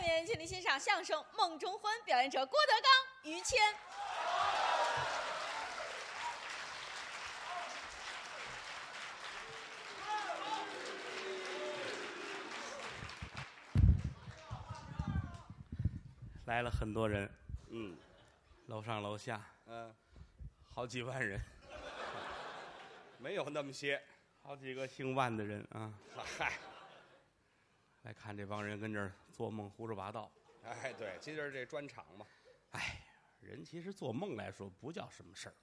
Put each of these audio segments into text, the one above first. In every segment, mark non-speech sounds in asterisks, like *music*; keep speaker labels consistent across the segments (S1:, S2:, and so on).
S1: 天，请您欣赏相声《梦中婚》，表演者郭德纲、于谦。
S2: 来了很多人，
S3: 嗯
S2: 楼上楼下
S3: 嗯，
S2: 好几万人，
S3: 没有那么些。
S2: 好几个姓万的人啊，
S3: 嗨，
S2: 来看这帮人跟这儿做梦胡说八道。
S3: 哎，对，今儿这专场嘛，
S2: 哎，人其实做梦来说不叫什么事儿，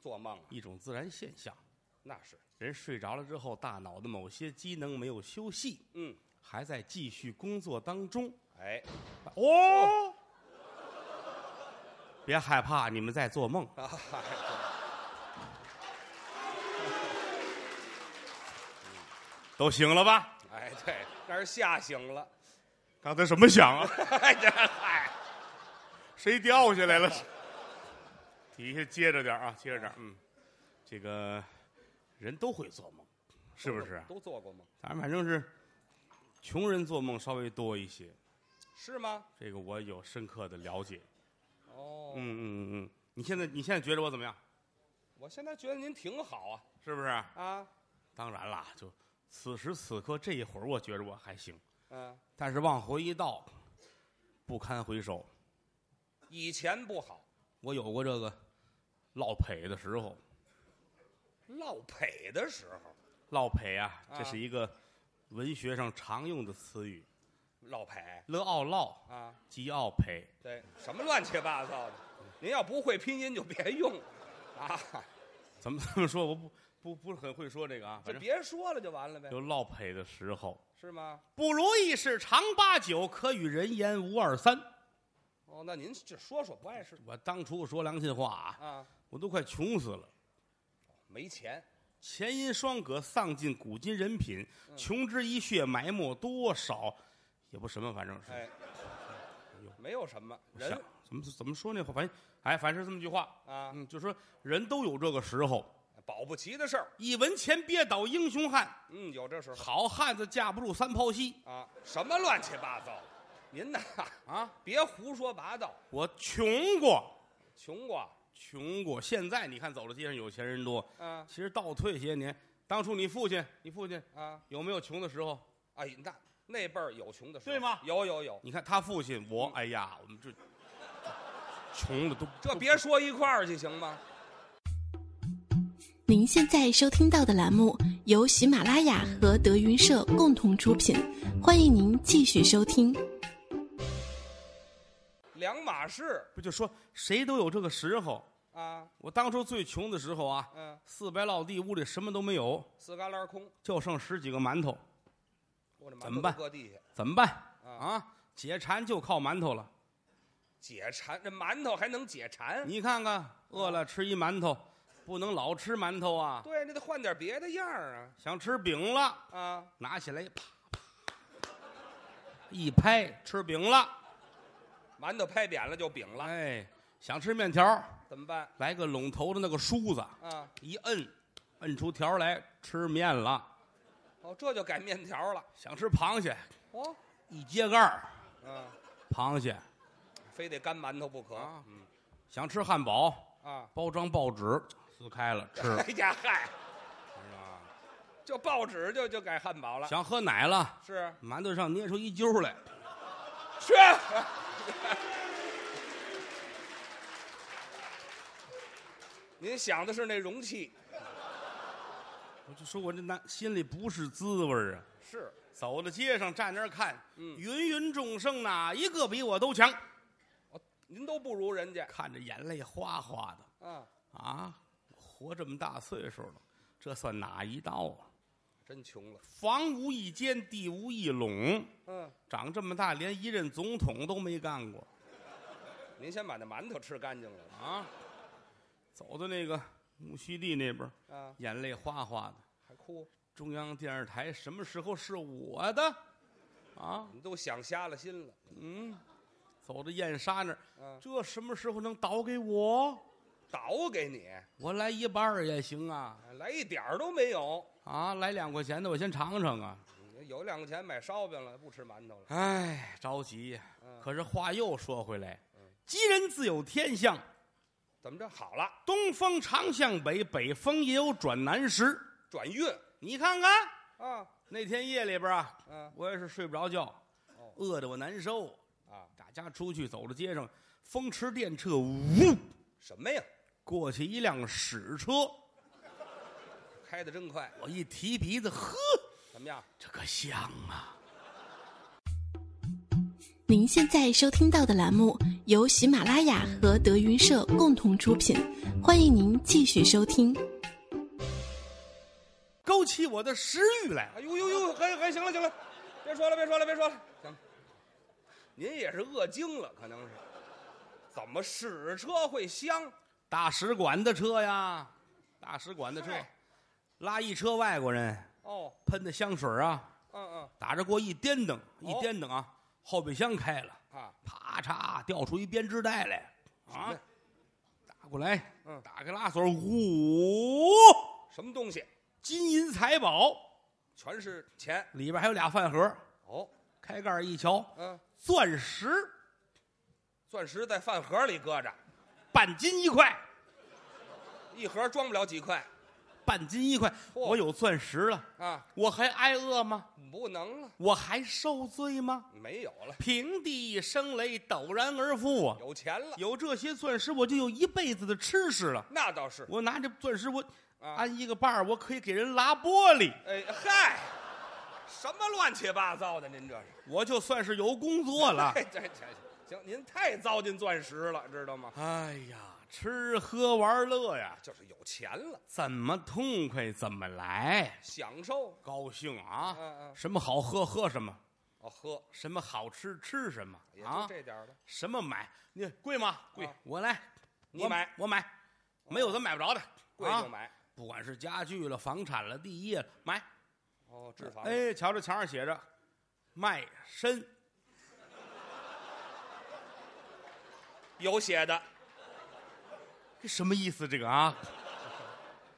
S3: 做梦啊，
S2: 一种自然现象。
S3: 那是，
S2: 人睡着了之后，大脑的某些机能没有休息，
S3: 嗯，
S2: 还在继续工作当中。
S3: 哎，
S2: 哦，别害怕，你们在做梦。
S3: 啊， *laughs* 嗨
S2: 都醒了吧？
S3: 对哎，对，那是吓醒 *laughs* 了，
S2: 刚才什么响啊？
S3: 哎，这嗨，
S2: 谁掉下来了？ *laughs* 底下接着点啊，接着点。嗯，这个人都会做梦，是不是？
S3: 都做过梦，
S2: 咱们反正是穷人做梦稍微多一些，
S3: 是吗？
S2: 这个我有深刻的了解。
S3: 哦，
S2: 嗯嗯嗯嗯，你现在你现在觉得我怎么样？
S3: 我现在觉得您挺好啊，
S2: 是不是？
S3: 啊，
S2: 当然啦，就此时此刻这一会儿，我觉着我还行，
S3: 嗯，
S2: 但是往回一倒，不堪回首。
S3: 以前不好，
S2: 我有过这个落魄的时候，
S3: 落魄的时候，
S2: 落魄啊，
S3: 啊
S2: 这是一个文学上常用的词语，
S3: 落魄
S2: 乐奥落
S3: 啊，
S2: 即奥佩。
S3: 对，什么乱七八糟的，您要不会拼音就别用， *laughs* 啊，
S2: 怎么这么说？我不不不是很会说这个啊，
S3: 就
S2: 反正
S3: 别说了就完了呗，
S2: 有落魄的时候。
S3: 是吗？
S2: 不如意事常八九，可与人言无二三。
S3: 哦，那您就说说不碍事
S2: 我当初说良心话啊，
S3: 啊，
S2: 我都快穷死了。
S3: 没钱，
S2: 前因双葛，丧尽古今人品，
S3: 嗯
S2: 穷之一血，埋没多少，也不什么，反正是、
S3: 哎
S2: 呦，
S3: 没有什么人
S2: 想怎么怎么说那话，反正哎，反正是这么句话，
S3: 啊，
S2: 嗯，就说人都有这个时候，
S3: 保不齐的事儿，
S2: 一文钱憋倒英雄汉，
S3: 嗯，有这时候
S2: 好汉子架不住三泡稀
S3: 啊，什么乱七八糟的，您呐，
S2: 啊！
S3: 别胡说八道，
S2: 我穷过，
S3: 穷过，
S2: 穷过，现在你看走到街上有钱人多，
S3: 啊
S2: 其实倒退些年，当初你父亲，你父亲
S3: 啊，
S2: 有没有穷的时候？
S3: 哎，那那辈儿有穷的时候，
S2: 对吗
S3: 有有有，
S2: 你看他父亲，我，哎呀，我们这穷的都
S3: 嗯
S2: *laughs*
S3: 这别说一块儿去行吗？
S4: 您现在收听到的栏目由喜马拉雅和德云社共同出品，欢迎您继续收听。
S3: 两码事
S2: 不就说谁都有这个时候。
S3: 啊，
S2: 我当初最穷的时候啊，
S3: 嗯，
S2: 四白落地，屋里什么都没有，
S3: 四旮旯空，
S2: 就剩十几个馒头，
S3: 我这馒头
S2: 怎么办
S3: 都搁地下
S2: 怎么办
S3: 啊，
S2: 啊？解馋就靠馒头了。
S3: 解馋，这馒头还能解馋？
S2: 你看看，饿了吃一馒头，不能老吃馒头啊。
S3: 对，你得换点别的样儿啊
S2: 想吃饼了，
S3: 啊，
S2: 拿起来啪啪一拍，吃饼了。
S3: 馒头拍扁了就饼了，
S2: 哎，想吃面条，
S3: 怎么办
S2: 来个拢头的那个梳子，
S3: 啊？
S2: 一摁，摁出条来，吃面了。
S3: 哦，这就改面条了。
S2: 想吃螃蟹，
S3: 哦，
S2: 一揭盖儿，
S3: 嗯，
S2: 螃蟹。
S3: 非得干馒头不可
S2: 啊
S3: 嗯
S2: 想吃汉堡，
S3: 啊！
S2: 包装报纸撕开了吃。
S3: 哎呀嗨，就报纸就就改汉堡了，
S2: 想喝奶了，
S3: 是
S2: 馒头上捏出一揪来。
S3: 去。 *laughs* 您想的是那容器
S2: 我就说我这难心里不是滋味儿啊！
S3: 是
S2: 走到街上站那儿看，
S3: 嗯
S2: 芸芸众生哪一个比我都强？
S3: 您都不如人家
S2: 看着眼泪哗哗的
S3: 啊，
S2: 啊！我活这么大岁数了，这算哪一道啊？
S3: 真穷了。
S2: 房无一间，地无一垄，
S3: 嗯，
S2: 长这么大连一任总统都没干过。
S3: 您先把那馒头吃干净了
S2: 啊，走到那个木樨地那边儿，
S3: 啊，
S2: 眼泪哗哗的。
S3: 还哭，
S2: 中央电视台什么时候是我的？啊，
S3: 你都想瞎了心了。
S2: 嗯，走到燕莎那儿，
S3: 嗯，
S2: 这什么时候能倒给我？
S3: 倒给你，
S2: 我来一半儿也行啊！
S3: 来一点儿都没有。
S2: 啊，来两块钱的，我先尝尝啊！
S3: 有两块钱买烧饼了，不吃馒头了。
S2: 哎，着急呀、
S3: 嗯，
S2: 可是话又说回来，吉人自有天相，
S3: 怎么着？好了，
S2: 东风常向北，北风也有转南时。
S3: 转运
S2: 你看看
S3: 啊，
S2: 那天夜里边啊，
S3: 嗯
S2: 我也是睡不着觉，饿得我难受。
S3: 啊，
S2: 大家出去走到街上，风驰电掣，呜，
S3: 什么呀？
S2: 过去一辆屎车，
S3: 开的真快，
S2: 我一提鼻子，呵，
S3: 怎么样？
S2: 这可香啊！
S4: 您现在收听到的栏目由喜马拉雅和德云社共同出品，欢迎您继续收听。
S2: 勾起我的食欲来了。
S3: 哎呦呦呦，还还行了行了，别说了别说了别说了，行。您也是饿精了，可能是。怎么使车会香？
S2: 大使馆的车呀，大使馆的车
S3: 嗨，
S2: 拉一车外国人，
S3: 哦，
S2: 喷的香水啊，
S3: 嗯
S2: 打着锅一颠蹬，一
S3: 哦
S2: 颠蹬啊，后备箱开了，
S3: 嗯啊，
S2: 啪嚓掉出一编织袋来，啊
S3: 什么呀，
S2: 打过来，
S3: 嗯
S2: 打开拉锁，呜，
S3: 什么东西？
S2: 金银财宝，
S3: 全是钱。
S2: 里边还有俩饭盒，
S3: 哦，
S2: 开盖一瞧，
S3: 嗯、
S2: 钻石
S3: 钻石在饭盒里搁着，
S2: 半斤一块，
S3: 一盒装不了几块
S2: 半斤一块，
S3: 嚯
S2: 我有钻石了，
S3: 啊，
S2: 我还挨饿吗？
S3: 不能了，
S2: 我还受罪吗？
S3: 没有了，
S2: 平地一声雷，陡然而富啊！
S3: 有钱了，
S2: 有这些钻石，我就有一辈子的吃食了。
S3: 那倒是。
S2: 我拿这钻石，我
S3: 啊
S2: 安一个把儿，我可以给人拉玻璃。
S3: 哎嗨，什么乱七八糟的？您这是
S2: 我就算是有工作了
S3: 哎。 *laughs* 这这行，您太糟践钻石了，知道吗？
S2: 哎呀，吃喝玩乐呀，
S3: 就是有钱了，
S2: 怎么痛快怎么来，
S3: 享受
S2: 高兴啊！
S3: 嗯嗯
S2: 什么好喝喝什么，
S3: 哦，喝
S2: 什么好吃吃什么
S3: 也就
S2: 啊？
S3: 这点儿了。
S2: 什么买？你贵吗？贵，
S3: 啊
S2: 我来。
S3: 你
S2: 我
S3: 买，
S2: 我买，没有咱买不着的。
S3: 贵
S2: 啊
S3: 就买。
S2: 不管是家具了、房产了、地业了，买。
S3: 哦，脂肪。
S2: 哎，瞧这墙上写着“卖身
S3: 有写的，”，
S2: 这什么意思？这个啊，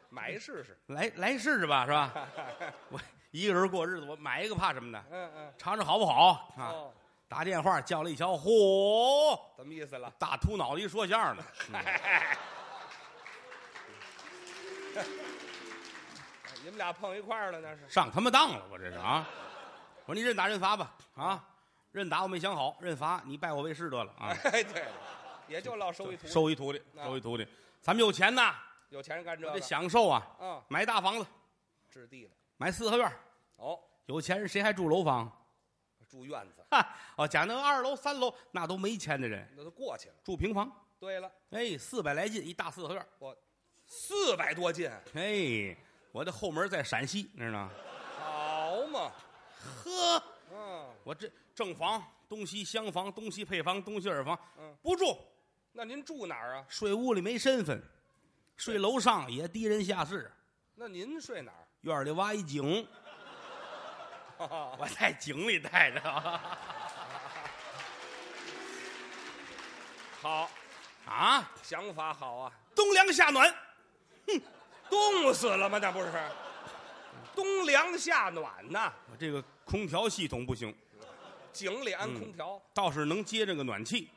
S3: 买试试。
S2: 来来世是吧？是
S3: *laughs*
S2: 吧？我一个人过日子，我买一个怕什么呢？
S3: 嗯嗯。
S2: 尝尝好不好啊？
S3: 哦，
S2: 打电话叫了一瞧，嚯，
S3: 怎么意思了？
S2: 大秃脑袋一说相声的，
S3: 哎你们俩碰一块儿了那是？
S2: *laughs*
S3: *laughs*
S2: 上他妈当了，我这是啊！我说你认打认罚吧，啊，认打我没想好，认罚你拜我为师得了
S3: *laughs*
S2: 啊！
S3: 哎，对，也就落收一徒弟。
S2: 收一徒弟，
S3: 啊
S2: 收一徒弟，咱们有钱呐，
S3: 有钱人干这
S2: 我得
S3: 个，
S2: 享受啊！
S3: 嗯，
S2: 买大房子，
S3: 置地了。
S2: 买四合院，
S3: 哦，
S2: 有钱人谁还住楼房？ *laughs*
S3: 住院子，
S2: 哈，哦，讲那个二楼、三楼那都没钱的人
S3: 那都过去了。
S2: 住平房，
S3: 对了，
S2: 哎，四百来进一大四合院，
S3: 我四百多斤，
S2: 哎，我的后门在陕西，你知道吗？
S3: 好嘛，
S2: 呵，
S3: 嗯，
S2: 我这正房、东西厢房、东西配房、东西耳房，
S3: 嗯
S2: 不住，
S3: 那您住哪儿啊？
S2: 睡屋里没身份，睡楼上也低人下士，
S3: 那您睡哪儿？
S2: 院里挖一井，我在井里待着
S3: 好，
S2: *laughs* 啊，
S3: 想法好啊，
S2: 冬凉夏暖，
S3: 冻死了吗？那不是，冬凉夏暖呐，
S2: 我这个空调系统不行，
S3: 井里安空调，
S2: 倒是能接这个暖气，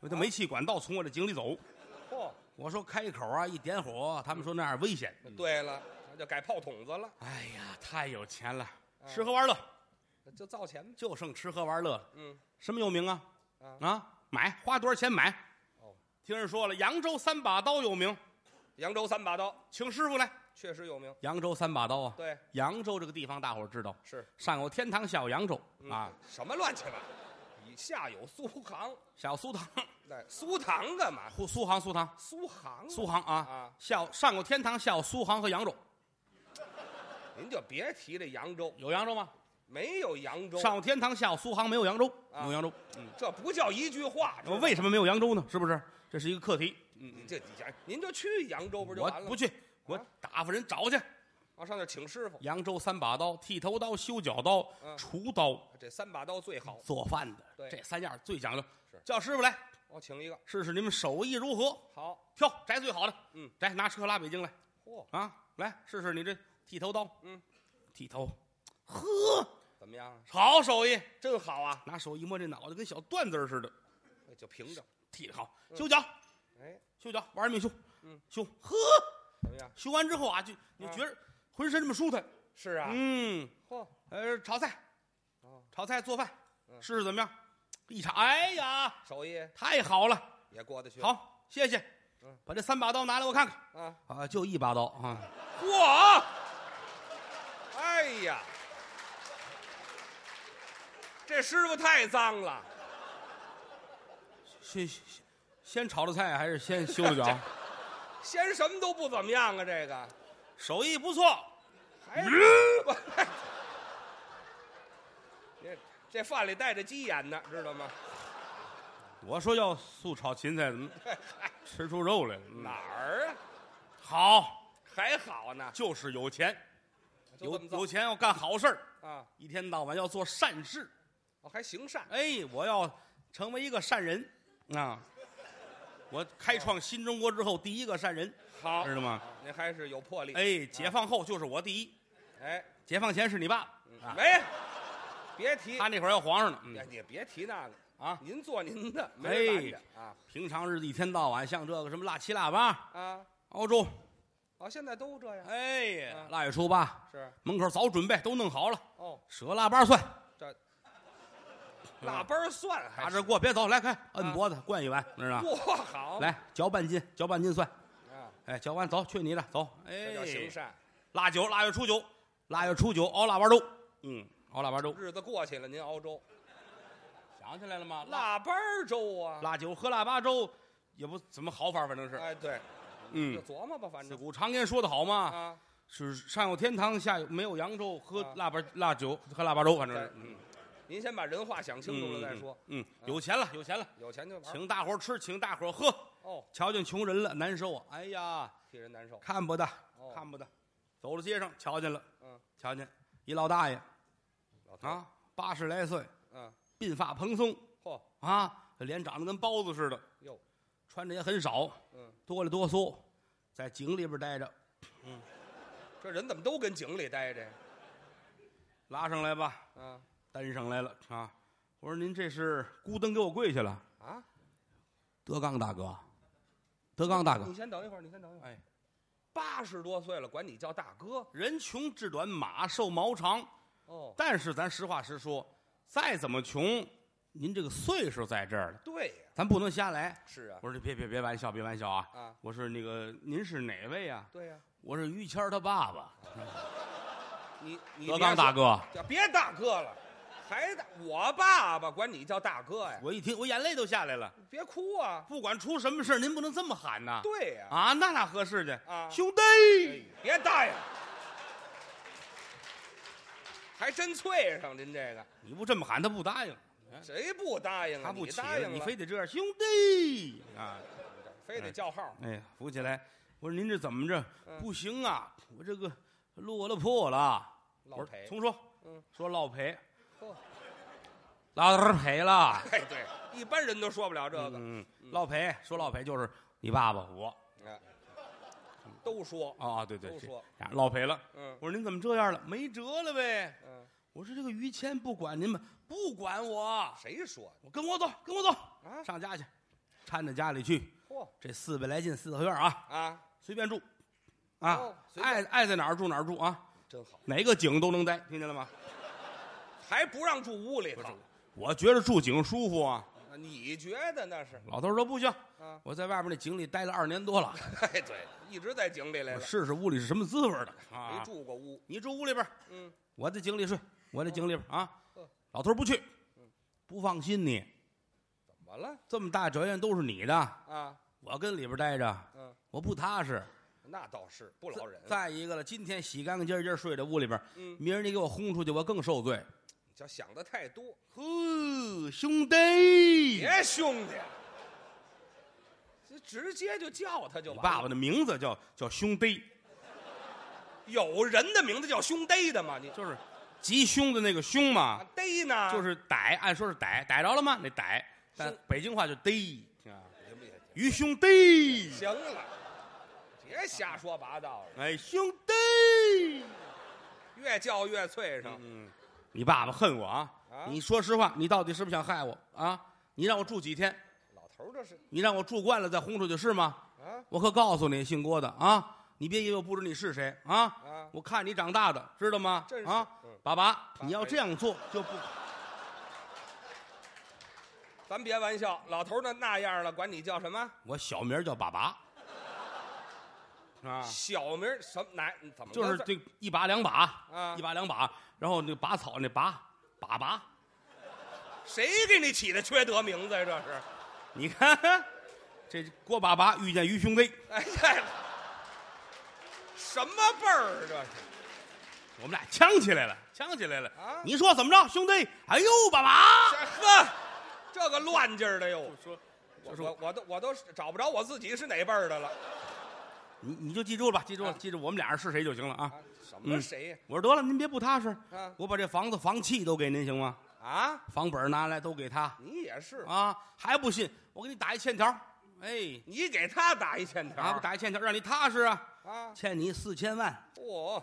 S2: 我这煤气管道从我这井里走。
S3: 嚯、
S2: 我说开口啊，一点火，他们说那样危险。
S3: 对了，那就改炮筒子了，
S2: 哎呀，太有钱了，吃喝玩乐
S3: 那就造钱呗。
S2: 就剩吃喝玩乐了。
S3: 嗯，
S2: 什么有名啊？
S3: 啊
S2: 啊，买花多少钱买？
S3: 哦，
S2: 听人说了，扬州三把刀有名，
S3: 扬州三把刀
S2: 请师傅来。
S3: 确实有名，
S2: 扬州三把刀啊，
S3: 对，
S2: 扬州这个地方大伙儿知道，
S3: 是、
S2: 上有天堂，下有扬州
S3: 嗯
S2: 啊，，
S3: 什么乱七八，以下有苏杭，
S2: 下有苏塘，
S3: 那苏杭干嘛？
S2: *laughs* 苏苏杭苏塘
S3: 苏杭啊，
S2: 苏杭啊
S3: 啊，
S2: 下有上有天堂，下有苏杭和扬州，
S3: 您就别提这扬州，
S2: 有扬州吗？
S3: 没有扬州，
S2: 上有天堂，下有苏杭，没有扬州，
S3: 啊
S2: 没有扬州。
S3: 这不叫一句话。知道吗
S2: 为什么没有扬州呢？是不是？这是一个课题。
S3: 嗯，这您就去扬州不就
S2: 我
S3: 完了吗？
S2: 不去，我
S3: 啊
S2: 打发人找去。
S3: 啊，上那儿请师傅，
S2: 扬州三把刀：剃头刀、修脚刀、
S3: 嗯
S2: 厨刀。
S3: 这三把刀最好。
S2: 做饭的，
S3: 哦对
S2: 这三样最讲究
S3: 是。
S2: 叫师傅来
S3: 我请一个
S2: 试试你们手艺如何，
S3: 好，
S2: 挑摘最好的。
S3: 嗯，
S2: 摘拿车拉北京来
S3: 嚯，
S2: 啊，来试试你这剃头刀。
S3: 嗯，
S2: 剃头，呵，
S3: 怎么样？啊
S2: 好手艺，
S3: 真好啊！
S2: 拿手一摸这脑袋跟小段子儿似的，
S3: 哎就平整。
S2: 剃得好，修脚，
S3: 哎，
S2: 修脚，玩命修，
S3: 嗯，
S2: 修，呵，
S3: 怎么样？
S2: 修完之后啊，就你
S3: 啊
S2: 觉得浑身这么舒坦，
S3: 是啊，
S2: 嗯，
S3: 嚯，
S2: 呃，炒菜
S3: 哦，
S2: 炒菜做饭，
S3: 嗯
S2: 试试怎么样？一尝，哎呀，
S3: 手艺
S2: 太好了，
S3: 也过得去。
S2: 好，谢谢
S3: 嗯，
S2: 把这三把刀拿来我看看，
S3: 啊，
S2: 啊，就一把刀啊，
S3: 嚯！哎呀，这师傅太脏了，
S2: 先先先炒的菜还是先修的脚？
S3: 嫌什么都不怎么样啊！这个
S2: *laughs* 手艺不错，
S3: 还是不，
S2: 嗯
S3: *laughs* 这这饭里带着鸡眼呢，知道吗？
S2: 我说要素炒芹菜，怎么吃出肉来了？嗯
S3: 哪儿啊？
S2: *laughs* 好，
S3: 还好呢，
S2: 就是有钱，
S3: 就
S2: 有
S3: 这么
S2: 有
S3: 脏
S2: 钱要干好事儿，
S3: 啊！
S2: 一天到晚要做善事。
S3: 我哦还行善，
S2: 哎，我要成为一个善人啊！我开创新中国之后第一个善人，
S3: 好
S2: 知道吗？
S3: 您还是有魄力。
S2: 哎，解放后就是我第一，
S3: 哎，
S2: 解放前是你爸爸啊，
S3: 没，别提，
S2: 他那会儿要皇上呢。
S3: 别
S2: 嗯
S3: 你别提那个
S2: 啊，
S3: 您做您的，没人拦着啊
S2: 平常日子一天到晚像这个什么腊七腊八、
S3: 啊！
S2: 熬粥，
S3: 哦，现在都这样，
S2: 哎呀
S3: 啊，
S2: 腊月初八
S3: 是
S2: 门口早准备都弄好了，
S3: 哦，
S2: 折腊八蒜，
S3: 这腊八儿蒜还
S2: 打
S3: 是
S2: 这过别走，来快摁脖子灌一碗，知道吗？
S3: 过好
S2: 来嚼半斤，嚼半斤蒜，
S3: 啊，
S2: 哎，嚼完走，去你的，走，
S3: 这
S2: 哎，
S3: 叫行善。
S2: 腊酒，腊月初九，腊月初九熬腊八粥，嗯，熬腊八粥，
S3: 日子过去了，您熬粥，
S2: 想起来了吗？腊
S3: 腊八儿粥啊，
S2: 腊酒喝腊八粥，也不怎么好法，反正是，
S3: 哎，对，就
S2: 嗯，
S3: 琢磨吧，反
S2: 自
S3: 正
S2: 古常言说的好嘛，
S3: 啊，
S2: 是上有天堂，下有没有扬州，喝
S3: 啊
S2: 腊八腊酒，喝腊八粥，反正
S3: 对
S2: 是，
S3: 嗯，您先把人话想清楚了再说，
S2: 嗯，嗯，有钱了，有钱了，
S3: 有钱就玩儿，
S2: 请大伙儿吃，请大伙儿喝，
S3: 哦，
S2: 瞧见穷人了，难受啊，哎呀，
S3: 替人难受，
S2: 看不得，
S3: 哦
S2: 看不得，走到街上瞧见了，
S3: 嗯，
S2: 瞧见一老大爷
S3: 老头儿，
S2: 啊，八十来岁，
S3: 嗯，
S2: 鬓发蓬松。
S3: 嚯，
S2: 啊，这脸长得跟包子似的，
S3: 哟，
S2: 穿着也很少，
S3: 嗯，
S2: 哆里哆嗦，在井里边待着，
S3: 这人怎么都跟井里待着呀？
S2: 拉上来吧，
S3: 啊
S2: 担上来了啊！我说您这是孤灯给我跪下了，
S3: 啊，
S2: 德刚大哥，德刚大哥
S3: 你，先等一会儿，你先等一会儿，
S2: 哎，
S3: 八十多岁了，管你叫大哥，
S2: 人穷志短，马瘦毛长，
S3: 哦，
S2: 但是咱实话实说，再怎么穷，您这个岁数在这儿了，
S3: 对呀，
S2: 咱不能瞎来。
S3: 是啊，
S2: 我说别别别玩笑，别玩笑啊！
S3: 啊
S2: 我说那个您是哪位啊？
S3: 对呀，
S2: 我是于谦儿他爸爸，
S3: 你你
S2: 德
S3: 别
S2: 刚大
S3: 说
S2: 哥。
S3: 叫别大哥了，还大我爸爸管你叫大哥呀？
S2: 我一听，我眼泪都下来了。
S3: 别哭啊！
S2: 不管出什么事儿您不能这么喊呐！
S3: 对呀、
S2: 啊，那哪合适去？
S3: 啊
S2: 兄弟，
S3: 别答应，还真脆上您这个，
S2: 你不这么喊，他不答应，
S3: 谁不答应啊？
S2: 哎他不
S3: 你
S2: 起
S3: 答应
S2: 来，
S3: 了
S2: 你非得这样，兄弟啊！
S3: 非得叫号，
S2: 哎呀，扶起来。我说您这怎么着？
S3: 嗯
S2: 不行啊，我这个落了魄了。
S3: 老
S2: 我说
S3: 裴，
S2: 重说，
S3: 嗯，哦
S2: 说落赔
S3: 嚯，
S2: 老头儿赔了。
S3: 哎对，一般人都说不了这个，
S2: 嗯，落赔说落赔就是你爸爸我
S3: 哎都说，
S2: 啊，对对，
S3: 都
S2: 这
S3: 说
S2: 啊落赔了。
S3: 嗯
S2: 我说您怎么这样了？没辙了呗。
S3: 嗯，
S2: 我说这个于谦不管您吧，不管我，
S3: 谁说
S2: 我跟我走，跟我走，
S3: 啊
S2: 上家去，搀着家里去。
S3: 的？嚯
S2: 这四百来进四合院啊，
S3: 啊，
S2: 随便住，啊，
S3: 哦随便
S2: 爱爱在哪儿住哪儿住啊，
S3: 真好，
S2: 哪个井都能待，听见了吗？
S3: 还不让住屋里头，
S2: 我觉着住井舒服啊。
S3: 啊你觉得那是？
S2: 老头儿说不行，
S3: 啊，
S2: 我在外边那井里待了二年多了，
S3: 哎对，一直在井里来
S2: 我
S3: 了，
S2: 试试屋里是什么滋味儿的
S3: 没
S2: 啊。
S3: 住过屋，
S2: 你住屋里边儿，
S3: 嗯，
S2: 我在井里睡，我在井里边儿啊
S3: 嗯。
S2: 老头儿不去，不放心你，
S3: 怎么了？
S2: 这么大酒宴都是你的，
S3: 啊，
S2: 我跟里边待着，
S3: 嗯，
S2: 我不踏实。
S3: 那倒是不饶人，
S2: 再一个了，今天洗干干净净睡在屋里边，
S3: 嗯
S2: 明儿你给我轰出去，我更受罪。
S3: 叫想的太多。
S2: 呵，兄弟，
S3: 别兄弟，这直接就叫他就
S2: 你
S3: 完了。
S2: 爸爸的名字叫叫兄弟，
S3: 有人的名字叫兄弟的吗？你
S2: 就是吉凶的那个凶嘛
S3: 啊，，逮呢？
S2: 就是逮，按说是逮，逮着了吗？那逮，但
S3: 是
S2: 北京话就逮啊，
S3: 行不行
S2: 于兄弟，
S3: 行了，别瞎说八道了，
S2: 哎，兄弟，
S3: 越叫越脆上。
S2: 嗯，你爸爸恨我啊！
S3: 啊
S2: 你说实话，你到底是不是想害我啊？你让我住几天？
S3: 老头儿这是
S2: 你让我住惯了再轰出去是吗？
S3: 啊
S2: 我可告诉你，姓郭的啊，你别以为我不知道你是谁啊！
S3: 啊，
S2: 我看你长大的，知道吗
S3: 真？是
S2: 啊
S3: 嗯，
S2: 爸爸，
S3: 爸
S2: 你要
S3: 哎
S2: 这样做就不
S3: 咱别玩笑，老头儿那那样了，管你叫什么
S2: 我小名叫爸爸，啊，
S3: 小名儿什么哪怎么个
S2: 就是
S3: 字儿
S2: 这一把两把，
S3: 啊
S2: 一把两把，然后那拔草那拔，粑粑，
S3: 谁给你起的缺德名字呀？这是，
S2: 你看这郭爸爸遇见于兄弟，
S3: 哎嗨，什么辈儿啊这是？
S2: 我们俩呛起来了，呛起来了。
S3: 啊
S2: 你说怎么着，兄弟？哎呦，爸爸，
S3: 这呵，这个乱劲儿的哟！
S2: 说，
S3: 我
S2: 就是
S3: 我我都我都找不着我自己是哪辈儿的了
S2: 你你就记住了吧，记住了，
S3: 啊
S2: 记住我们俩人是谁就行了啊。
S3: 啊！什么谁呀？
S2: 我说得了，您别不踏实
S3: 啊，
S2: 我把这房子房契都给您行吗？
S3: 啊，
S2: 房本拿来都给他
S3: 你也是，
S2: 啊，还不信？我给你打一欠条，哎，
S3: 你给他打一欠条
S2: 啊，我打一欠条让你踏实啊，
S3: 啊！哦
S2: 欠你四千万，
S3: 嚯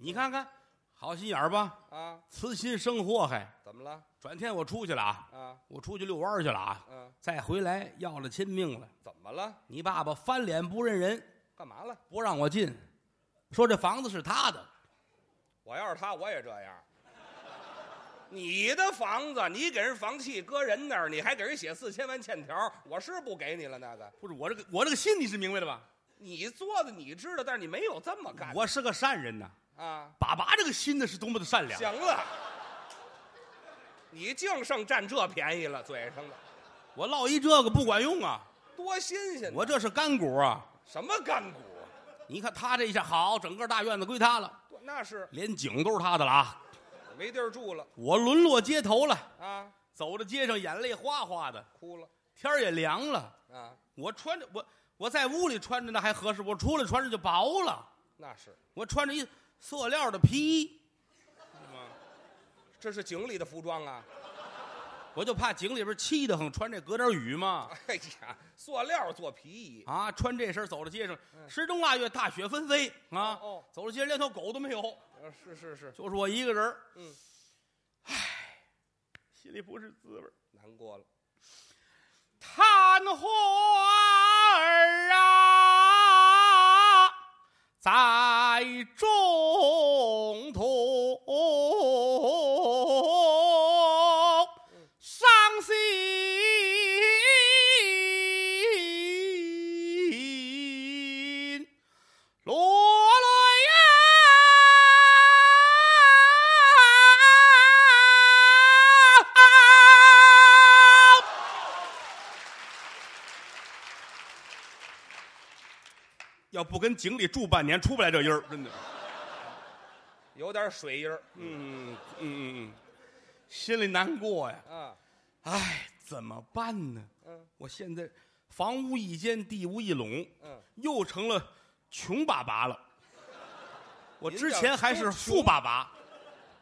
S2: 你看看，好心眼儿吧，
S3: 啊，
S2: 慈心生祸害。
S3: 怎么了
S2: 转天我出去了啊，
S3: 啊？
S2: 我出去遛弯儿去了啊，
S3: 嗯、
S2: 再回来要了亲命了。
S3: 怎么了？
S2: 你爸爸翻脸不认人，
S3: 干嘛了？
S2: 不让我进，说这房子是他的。
S3: 我要是他，我也这样。你的房子，你给人房契搁人那儿，你还给人写四千万欠条，我是不给你了那个。
S2: 不是我这个我这个心你是明白的吧？
S3: 你做的你知道，但是你没有这么干
S2: 我是个善人呐，
S3: 啊。
S2: 爸爸这个心呢是多么的善良。
S3: 行了，你净剩占这便宜了，嘴上的
S2: 我落一这个不管用啊，
S3: 多新鲜呢！
S2: 我这是干股啊。
S3: 什么干股？啊
S2: 你看他这一下好，整个大院子归他了，
S3: 多那是
S2: 连井都是他的了啊！
S3: 没地儿住了
S2: 我沦落街头了，
S3: 啊，
S2: 走到街上眼泪哗哗的，
S3: 哭了
S2: 天儿也凉了。
S3: 啊，
S2: 我穿着我我在屋里穿着那还合适，我出来穿着就薄了。
S3: 那是。
S2: 我穿着一塑料的皮衣，
S3: 这是井里的服装啊！
S2: 我就怕井里边气得很，穿这隔点雨
S3: *laughs*
S2: 嘛。
S3: 哎呀，塑料做皮衣，
S2: 啊，穿这身走到街上，时钟腊月，大雪纷飞啊！
S3: 嗯哦哦
S2: 走到街上连条狗都没有，
S3: 呃是是是，
S2: 就是我一个人。
S3: 嗯，
S2: 唉，心里不是滋味儿。
S3: 难过了。
S2: 探花儿啊，在中途伤心落泪呀。要不跟井里住半年，出不来这音儿，真的。
S3: 有点水印儿
S2: 嗯嗯嗯，心里难过呀。
S3: 啊，
S2: 哎，怎么办呢？
S3: 嗯
S2: 我现在房无一间，地无一垄，
S3: 嗯，
S2: 又成了穷爸爸了。我
S3: 您
S2: 之
S3: 叫
S2: 前还是
S3: 都
S2: 富
S3: 穷
S2: 爸爸，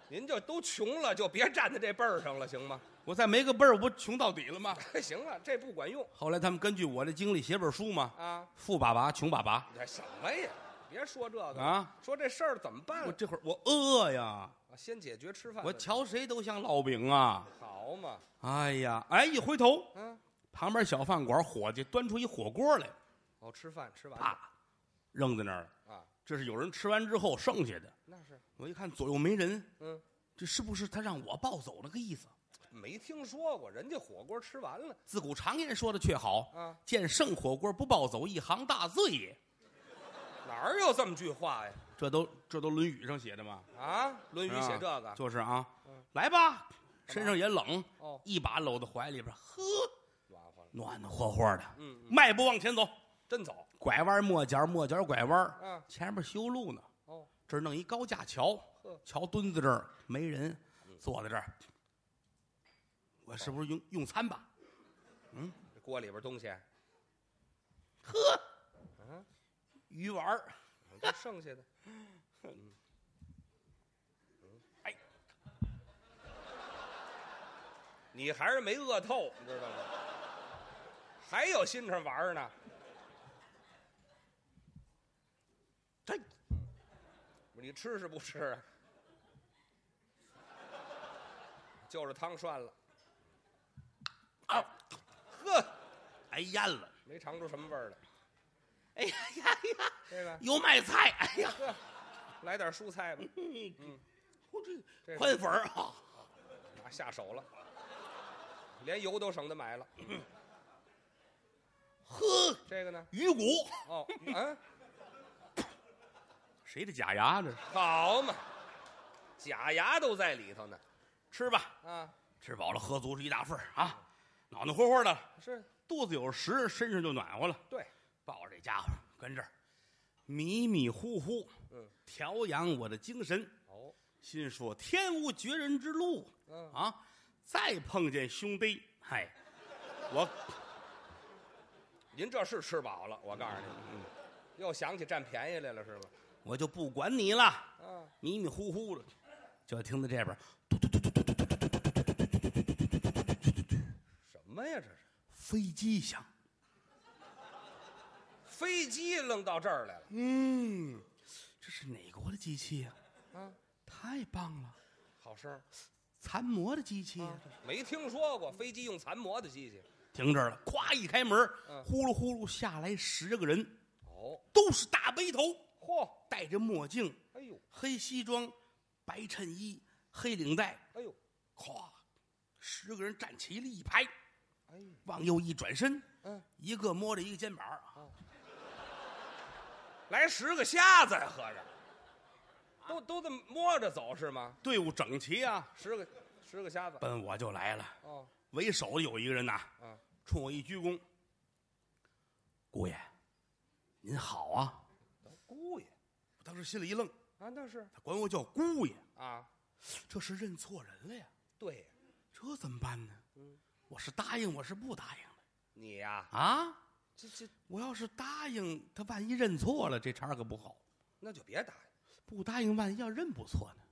S3: 您就都穷了，就别站在这辈儿上了，行 *laughs* 吗？
S2: 我再没个辈儿，我不穷到底了吗？
S3: 行了，这不管用
S2: 后来他们根据我的经历写本书嘛，
S3: 啊！
S2: 富爸爸、穷爸爸。
S3: 这什么呀？别说这个
S2: 啊，
S3: 说这事儿怎么办
S2: 我？这会儿我饿呀，
S3: 啊先解决吃饭的
S2: 我
S3: 事。
S2: 瞧谁都像烙饼啊！
S3: 好嘛，
S2: 哎呀，哎，一回头，
S3: 嗯，
S2: 旁边小饭馆伙计端出一火锅来，
S3: 哦，吃饭吃完
S2: 啪
S3: 了，
S2: 扔在那儿了。
S3: 啊，
S2: 这是有人吃完之后剩下的。
S3: 那是
S2: 我一看左右没人，
S3: 嗯，
S2: 这是不是他让我抱走那个意思？
S3: 没听说过，人家火锅吃完了
S2: 自古常言说的却好，
S3: 啊，
S2: 见剩火锅不抱走，一行大罪也。
S3: 哪儿有这么句话呀？
S2: 这都这都《论语》上写的嘛，
S3: 啊，《论语》
S2: 是吧
S3: 写这个，
S2: 就是啊
S3: 嗯，
S2: 来吧，身上也冷，
S3: 哦，
S2: 一把搂到怀里边，呵，
S3: 暖和了，
S2: 暖暖和和的，
S3: 嗯，嗯
S2: 迈步往前走，
S3: 真早，
S2: 拐弯抹角，抹角拐弯，
S3: 嗯，
S2: 前面修路呢，
S3: 哦，
S2: 这儿弄一高架桥
S3: 呵，
S2: 桥墩子这儿没人
S3: 嗯，
S2: 坐在这儿，我是不是用用餐吧？
S3: 这锅里边东西
S2: 呵，
S3: 嗯
S2: 鱼丸儿，
S3: 都剩下的，嗯
S2: 哎，
S3: 你还是没饿透，你知道吗？还有心肠玩儿呢，
S2: 这哎
S3: 你吃是不吃啊？就是汤涮了。呵，
S2: 啊哎咽了，
S3: 没尝出什么味儿来。
S2: 哎呀呀呀，
S3: 这个
S2: 油麦菜，哎呀，
S3: 呵，来点蔬菜吧，
S2: 我嗯这
S3: 这
S2: 宽粉儿啊，
S3: 啊，下手了，连油都省得买了。
S2: 呵，
S3: 这个呢？
S2: 鱼骨，
S3: 哦，嗯，
S2: 谁的假牙这是？
S3: 好嘛，假牙都在里头呢。
S2: 吃吧，
S3: 啊，
S2: 吃饱了喝足是一大份儿啊，暖暖和和的，
S3: 是，
S2: 肚子有食，身上就暖和了。
S3: 对，
S2: 抱着这家伙跟这儿迷迷糊糊，
S3: 嗯，
S2: 调养我的精神，
S3: 哦，
S2: 心说天无绝人之路
S3: 嗯，
S2: 啊！再碰见兄弟，嗨，我
S3: 您这是吃饱了，我告诉你，嗯又想起占便宜来了是吧？
S2: 我就不管你了，
S3: 啊，
S2: 迷迷糊糊的，就听到这边
S3: 什么呀这是？
S2: 飞机响，
S3: 飞机扔到这儿来了
S2: 嗯，这是哪国的机器呀、
S3: 啊，
S2: 太棒了，
S3: 好声儿
S2: 残模的机器呀、
S3: 啊，没听说过飞机用残模的机器。
S2: 停这儿了，咵一开门，
S3: 嗯
S2: 呼噜呼噜下来十个人，
S3: 哦，
S2: 都是大背头，
S3: 嚯，
S2: 戴着墨镜，
S3: 哎呦，
S2: 黑西装，白衬衣，黑领带，
S3: 哎呦，
S2: 咵，十个人站齐了一排，
S3: 哎呦，
S2: 往右一转身，
S3: 嗯，
S2: 一个摸着一个肩膀，啊
S3: 来十个瞎子呀，合着，都都这么摸着走是吗？
S2: 队伍整齐啊，
S3: 十个十个瞎子，
S2: 奔我就来了。
S3: 哦，
S2: 为首的有一个人呐，
S3: 啊，
S2: 冲我一鞠躬，姑爷，您好啊！
S3: 姑爷
S2: 我当时心里一愣，
S3: 啊，那是
S2: 他管我叫姑爷，
S3: 啊，
S2: 这是认错人了呀，
S3: 对呀，
S2: 这怎么办呢？我是答应，我是不答应的
S3: 你呀，
S2: 啊？
S3: 这这
S2: 我要是答应，他万一认错了，这茬儿可不好；
S3: 那就别答应，
S2: 不答应，万一要认不错呢？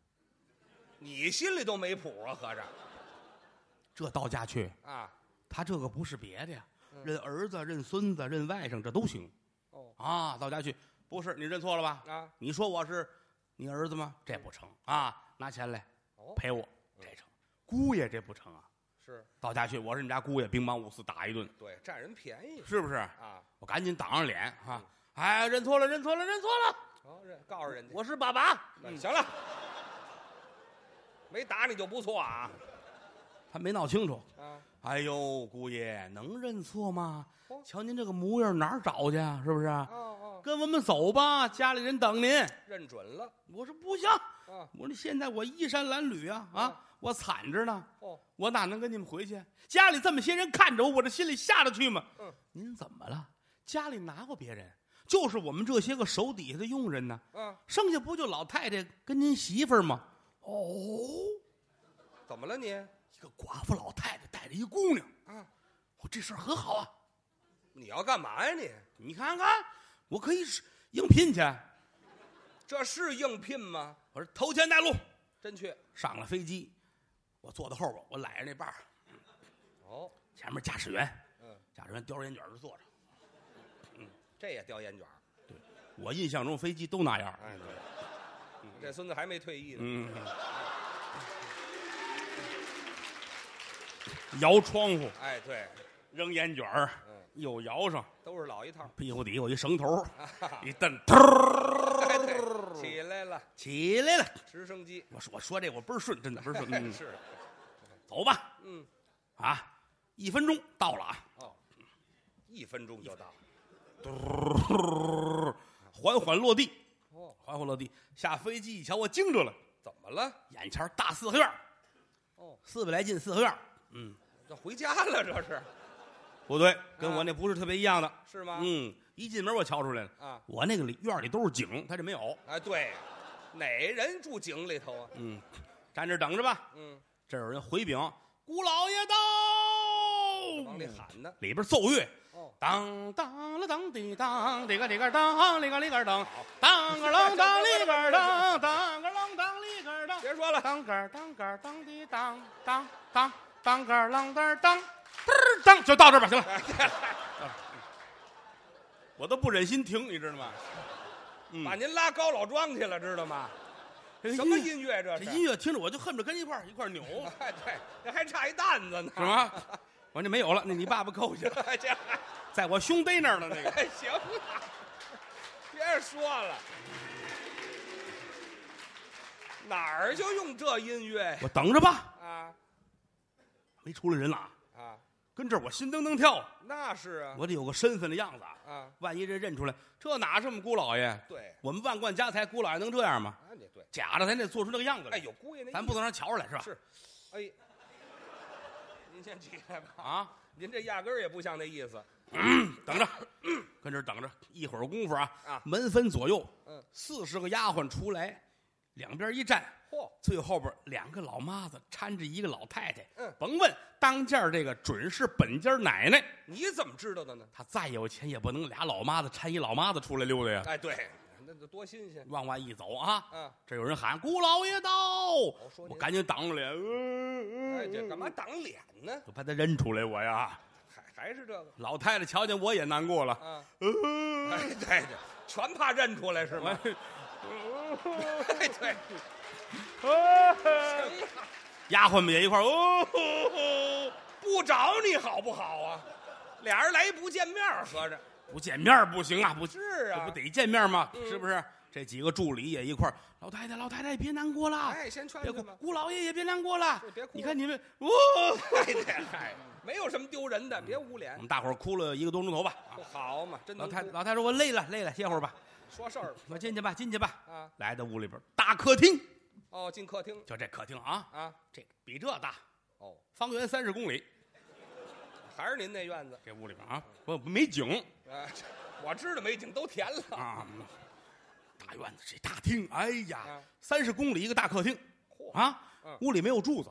S3: 你心里都没谱啊，合着
S2: 这到家去，
S3: 啊，
S2: 他这个不是别的呀，
S3: 嗯
S2: 认儿子、认孙子、认外甥，这都行
S3: 哦
S2: 啊。到家去，不是你认错了吧？
S3: 啊，
S2: 你说我是你儿子吗？这不成啊！拿钱来
S3: 哦
S2: 赔我，这成。姑爷这不成啊！
S3: 是
S2: 到家去，我是你家姑爷，兵帮五四打一顿，
S3: 对，占人便宜
S2: 是不是？
S3: 啊，
S2: 我赶紧挡上脸啊！哎，认错了，认错了，认错了，
S3: 哦，这告诉人家，
S2: 我是爸爸。
S3: 嗯行了，没打你就不错啊
S2: 他没闹清楚。
S3: 啊，
S2: 哎呦，姑爷能认错吗
S3: 哦？
S2: 瞧您这个模样，哪儿找去啊？是不是？
S3: 哦哦，
S2: 跟我们走吧，家里人等您。
S3: 认准了
S2: 我说不行，
S3: 啊，
S2: 我说现在我衣衫褴褛啊啊，我惨着呢，
S3: 哦，
S2: 我哪能跟你们回去？家里这么些人看着我，我这心里下得去吗？
S3: 嗯，
S2: 您怎么了？家里拿过别人，就是我们这些个手底下的佣人呢，
S3: 啊，
S2: 剩下不就老太太跟您媳妇儿吗？哦，
S3: 怎么了你
S2: 一个寡妇老太太带着一姑娘，
S3: 啊？
S2: 我这事儿很好啊，
S3: 你要干嘛呀你？
S2: 你看看，我可以是应聘去。
S3: 这是应聘吗？
S2: 我说头前带路，
S3: 真去
S2: 上了飞机，我坐到后边，我揽着那把儿，
S3: 哦，
S2: 前面驾驶员，
S3: 嗯，
S2: 驾驶员叼着烟卷儿就坐着。
S3: 这也叼烟卷儿。
S2: 我印象中飞机都那样儿。
S3: 哎，对，嗯这孙子还没退役呢。
S2: 嗯，摇窗户，
S3: 哎，对，
S2: 扔烟卷儿，
S3: 嗯，
S2: 又摇上
S3: 都是老一 *laughs* 套。
S2: 屁股底有一绳头儿，
S3: 啊哈哈
S2: 一蹬，突
S3: 哎对起来了，
S2: 起来了。
S3: 直升机。
S2: 我说我说这我倍儿顺，真的倍
S3: *laughs*
S2: 儿顺。嗯
S3: 是，
S2: 走吧，
S3: 嗯，
S2: 啊，一分钟到了啊，
S3: 哦，一分钟就到。
S2: 缓缓落地，
S3: 哦，
S2: 缓缓落地。下飞机一瞧，我惊着了，
S3: 怎么了？
S2: 眼前儿大四合院儿，
S3: 哦，
S2: 四百来进四合院儿。嗯，
S3: 这回家了，这是
S2: 不对，跟
S3: 啊
S2: 我那不是特别一样的。
S3: *laughs* 是吗？
S2: 嗯，一进门我瞧出来了
S3: 啊
S2: 我那个里院里都是井，他这没有。
S3: 哎，对，哪人住井里头啊？
S2: 嗯，站这儿等着吧。
S3: 嗯，
S2: 这儿有人回禀，姑老爷到，
S3: 嗯往里，喊呢。
S2: 里边奏乐，
S3: 哦，
S2: 当当了当滴当，里个里个当，里个里个当，当个啷当里个当，当个啷当里个当，
S3: 别说了，
S2: 当个当个当滴当当当当个啷当当，嘚当就到这儿吧，行了。我都不忍心停，你知道吗？嗯
S3: 把您拉高老庄去了，知道吗？什么音乐嗯这
S2: 这
S3: 是？
S2: 音乐听着我就恨不得跟一块儿一块儿扭，
S3: *laughs* 哎，对，这还差一担子呢。
S2: 什么？我这没有了，那你爸爸扣去了，
S3: *laughs* 哎？这还
S2: 在我胸背那儿了那个。
S3: 哎行了，别说了，哪儿就用这音乐呀
S2: 我等着吧，
S3: 啊
S2: 没出来人了啊，
S3: 啊？
S2: 跟这儿我心噔噔跳，
S3: 那是啊
S2: 我得有个身份的样子啊。
S3: 啊，
S2: 万一人认出来，这哪是我们姑老爷？
S3: 对，
S2: 我们万贯家财，姑老爷能这样吗？
S3: 啊你对，
S2: 假的，咱得做出那个样子来。
S3: 哎，有姑爷那意思，
S2: 咱不能让人瞧出来，是吧？
S3: 是，哎，您先起来吧，
S2: 啊，
S3: 您这压根儿也不像那意思，
S2: 等着，跟这儿等着，一会儿功夫啊，
S3: 啊
S2: 门分左右，
S3: 嗯，
S2: 四十个丫鬟出来，两边一站，
S3: 嚯，
S2: 最后边两个老妈子搀着一个老太太，
S3: 嗯
S2: 甭问，当家这个准是本家奶奶，
S3: 你怎么知道的呢？
S2: 她再有钱也不能俩老妈子搀一老妈子出来溜达呀。
S3: 哎，对，那得多新鲜
S2: 往外一走啊，
S3: 啊！
S2: 这有人喊“姑老爷到”，
S3: 说
S2: 我
S3: 您
S2: 赶紧挡着脸，嗯
S3: 哎，这干嘛？挡脸呢？
S2: 呃我怕他认出来我呀。
S3: 还还是这个
S2: 老太太瞧见我也难过了，
S3: 啊？
S2: 嗯
S3: 哎，对对，全怕认出来是吗？哎，对，行了，
S2: 丫鬟们也一块儿哦，
S3: 不找你好不好啊？俩人来一不见面儿，合着
S2: 不见面儿不行啊，不
S3: 是啊
S2: 这不得见面吗？
S3: 嗯
S2: 是不是？这几个助理也一块儿，老太太，老太太别难过了，
S3: 哎先劝
S2: 别
S3: 劝
S2: 哭
S3: 吧，
S2: 姑老爷也别难过了
S3: 是别哭，
S2: 你看你
S3: *laughs*
S2: 们，哦，
S3: 哎对，嗨，没有什么丢人的，
S2: 嗯
S3: 别捂脸
S2: *laughs* 我，们大伙儿哭了一个多钟头吧。啊
S3: 不好嘛，真
S2: 老
S3: 能
S2: 太
S3: 哭
S2: 老太太说：“我累了，累了，歇会儿吧，
S3: 说事儿
S2: 我进去吧，进去吧。”
S3: 嗯啊，
S2: 来到屋里边儿，大客厅，
S3: 哦，进客厅
S2: 就这客厅啊，
S3: 啊，
S2: 这比这大，
S3: 哦，
S2: 方圆三十公里。
S3: 还是您那院子
S2: 这屋里边啊，我没景
S3: 啊？ *laughs* 这我知道美景都填了，
S2: 啊，大院子这大厅，哎呀
S3: 啊，
S2: 三十公里一个大客厅
S3: 嚯
S2: 啊
S3: 嗯，
S2: 屋里没有柱子，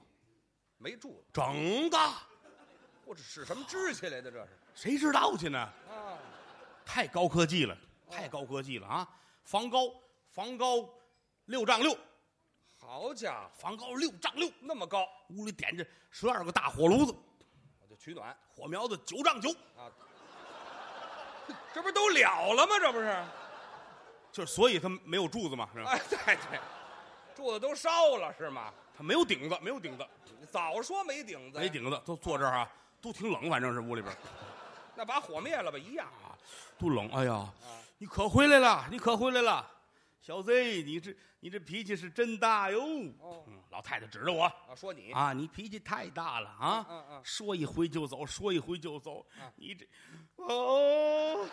S3: 没住，
S2: 整的，
S3: 我这使什么支起来的这是
S2: 谁知道去呢？
S3: 啊？
S2: 太高科技了，
S3: 哦
S2: 太高科技了啊！房高，房高六丈六，
S3: 好家伙，
S2: 房高六丈六，
S3: 那么高，
S2: 屋里点着十二个大火炉子，
S3: 我就取暖。
S2: 火苗子九丈九，
S3: 啊， *laughs* 这不是都了了吗？这不是？
S2: 就是所以它没有柱子嘛，是吧？
S3: 哎，对对，柱子都烧了是吗？
S2: 它没有顶子，没有顶子，
S3: 早说没顶子，
S2: 没，顶子，都坐这儿啊，都挺冷，反正是屋里
S3: 哎
S2: 边。
S3: 那把火灭了吧，一样。
S2: 都冷。哎呀，
S3: 啊
S2: 你可回来了，你可回来了，小 Z，你这你这脾气是真大哟。
S3: 哦
S2: 嗯，老太太指着我
S3: 啊，说你，
S2: 啊，你脾气太大了啊，
S3: 嗯嗯
S2: 说一回就走，说一回就走，你这
S3: 哦，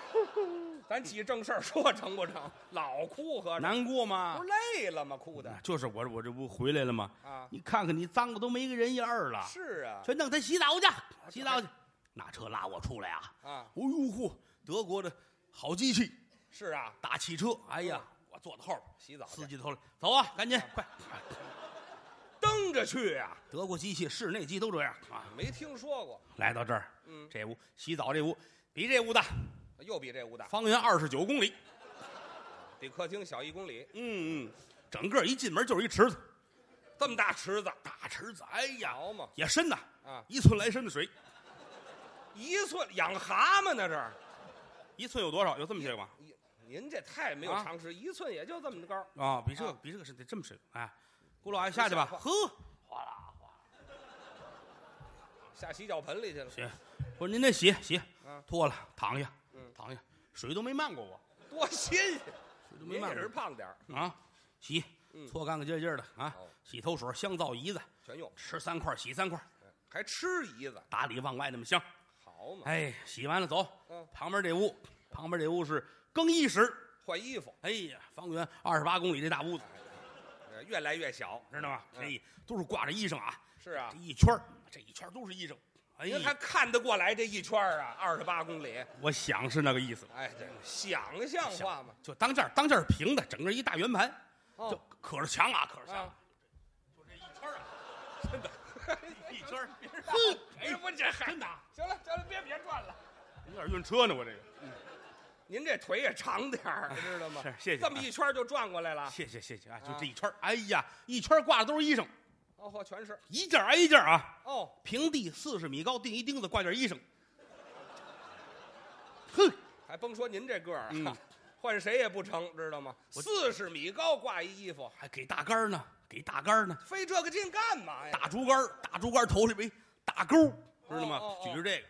S3: 咱起正事儿说成不成？老哭和
S2: 难过
S3: 不
S2: 吗啊
S3: 是？累了吗？哭的
S2: 就是我我这不回来了吗？
S3: 啊
S2: 你看看你脏的都没个人样儿了，
S3: 是啊，
S2: 全弄他洗澡去，洗澡去，拿车拉我出来啊！
S3: 啊
S2: 哦呦嚯，德国的好机器，
S3: 是啊，
S2: 大汽车，哎呀，我坐到后边，
S3: 洗澡
S2: 司
S3: 去
S2: 机头来，走啊，赶紧快！
S3: 蹬着去啊，
S2: 德国机器、室内机都这样啊。
S3: 没听说过，
S2: 来到这儿，
S3: 嗯
S2: 这屋洗澡这屋比这屋大，
S3: 又比这屋大，
S2: 方圆二十九公里。
S3: 比客厅小一公里，
S2: 嗯嗯，整个一进门就是一池子，
S3: 这么大池子，
S2: 大池子，哎呀，
S3: 好嘛
S2: 也深呐，
S3: 啊
S2: 一寸来深的水，
S3: 一寸养蛤蟆呢这儿。
S2: 一寸有多少？有这么些个吗？
S3: 一您这太没有
S2: 啊
S3: 常识，一寸也就这么高。
S2: 啊，比这个
S3: 啊
S2: 比这个是得这么深。哎，姑老爷下去吧。
S3: 不像
S2: 呵，
S3: 下洗脚盆里去了，
S2: 行，我说您得洗洗
S3: 嗯，
S2: 脱了躺下
S3: 嗯，
S2: 躺下，水都没漫过我，
S3: 多新鲜！
S2: 水都没
S3: 您也
S2: 漫
S3: 是
S2: 过
S3: 胖点儿，嗯
S2: 我啊。洗，搓干干净净的啊
S3: 好，
S2: 洗头水、香皂、胰子，
S3: 全用，
S2: 吃三块洗三块，
S3: 还吃一子，
S2: 打里往外那么香。
S3: 好嘛？
S2: 哎，洗完了走，
S3: 嗯
S2: 旁边这屋，旁边这屋是更衣室。
S3: 换衣服，
S2: 哎呀，方圆二十八公里这大屋子，
S3: 呃越来越小，
S2: 知道吗？
S3: 嗯
S2: 哎，都是挂着衣裳啊，
S3: 是啊
S2: 这。一圈儿这一圈儿都是衣裳。哎
S3: 您还
S2: 呀，
S3: 看得过来这一圈儿啊？二十八公里，
S2: 我想是那个意思，
S3: 哎，这想象化嘛，
S2: 就当间儿当间儿平的，整个一大圆盘，
S3: 哦
S2: 就可着墙啊，可着墙
S3: 啊
S2: 啊，， *laughs* 一圈儿。
S3: 哼，哎，我这还
S2: 真的啊
S3: 行了，行了，别别转了，
S2: 有点晕车呢，我这个。
S3: 您这腿也长点儿，知道吗？
S2: 哎是谢谢
S3: 这么一圈儿就转过来了，
S2: 谢谢谢谢啊，就
S3: 啊
S2: 这一圈儿哎呀，一圈儿挂的都是衣裳，
S3: 哦嚯，全是，
S2: 一件儿挨一件儿啊。
S3: 哦，
S2: 平地四十米高，钉一钉子，挂件衣裳。哼，
S3: 还甭说您这个儿啊，
S2: 嗯
S3: *laughs* 换谁也不成，知道吗？
S2: 我
S3: 四十米高挂一衣服，
S2: 还给大杆儿呢，给大杆儿呢，
S3: 费这个劲干嘛呀？
S2: 大竹竿儿，大竹竿儿头里边一大钩儿，知道
S3: 哦
S2: 吗
S3: 哦？哦
S2: 举着这个，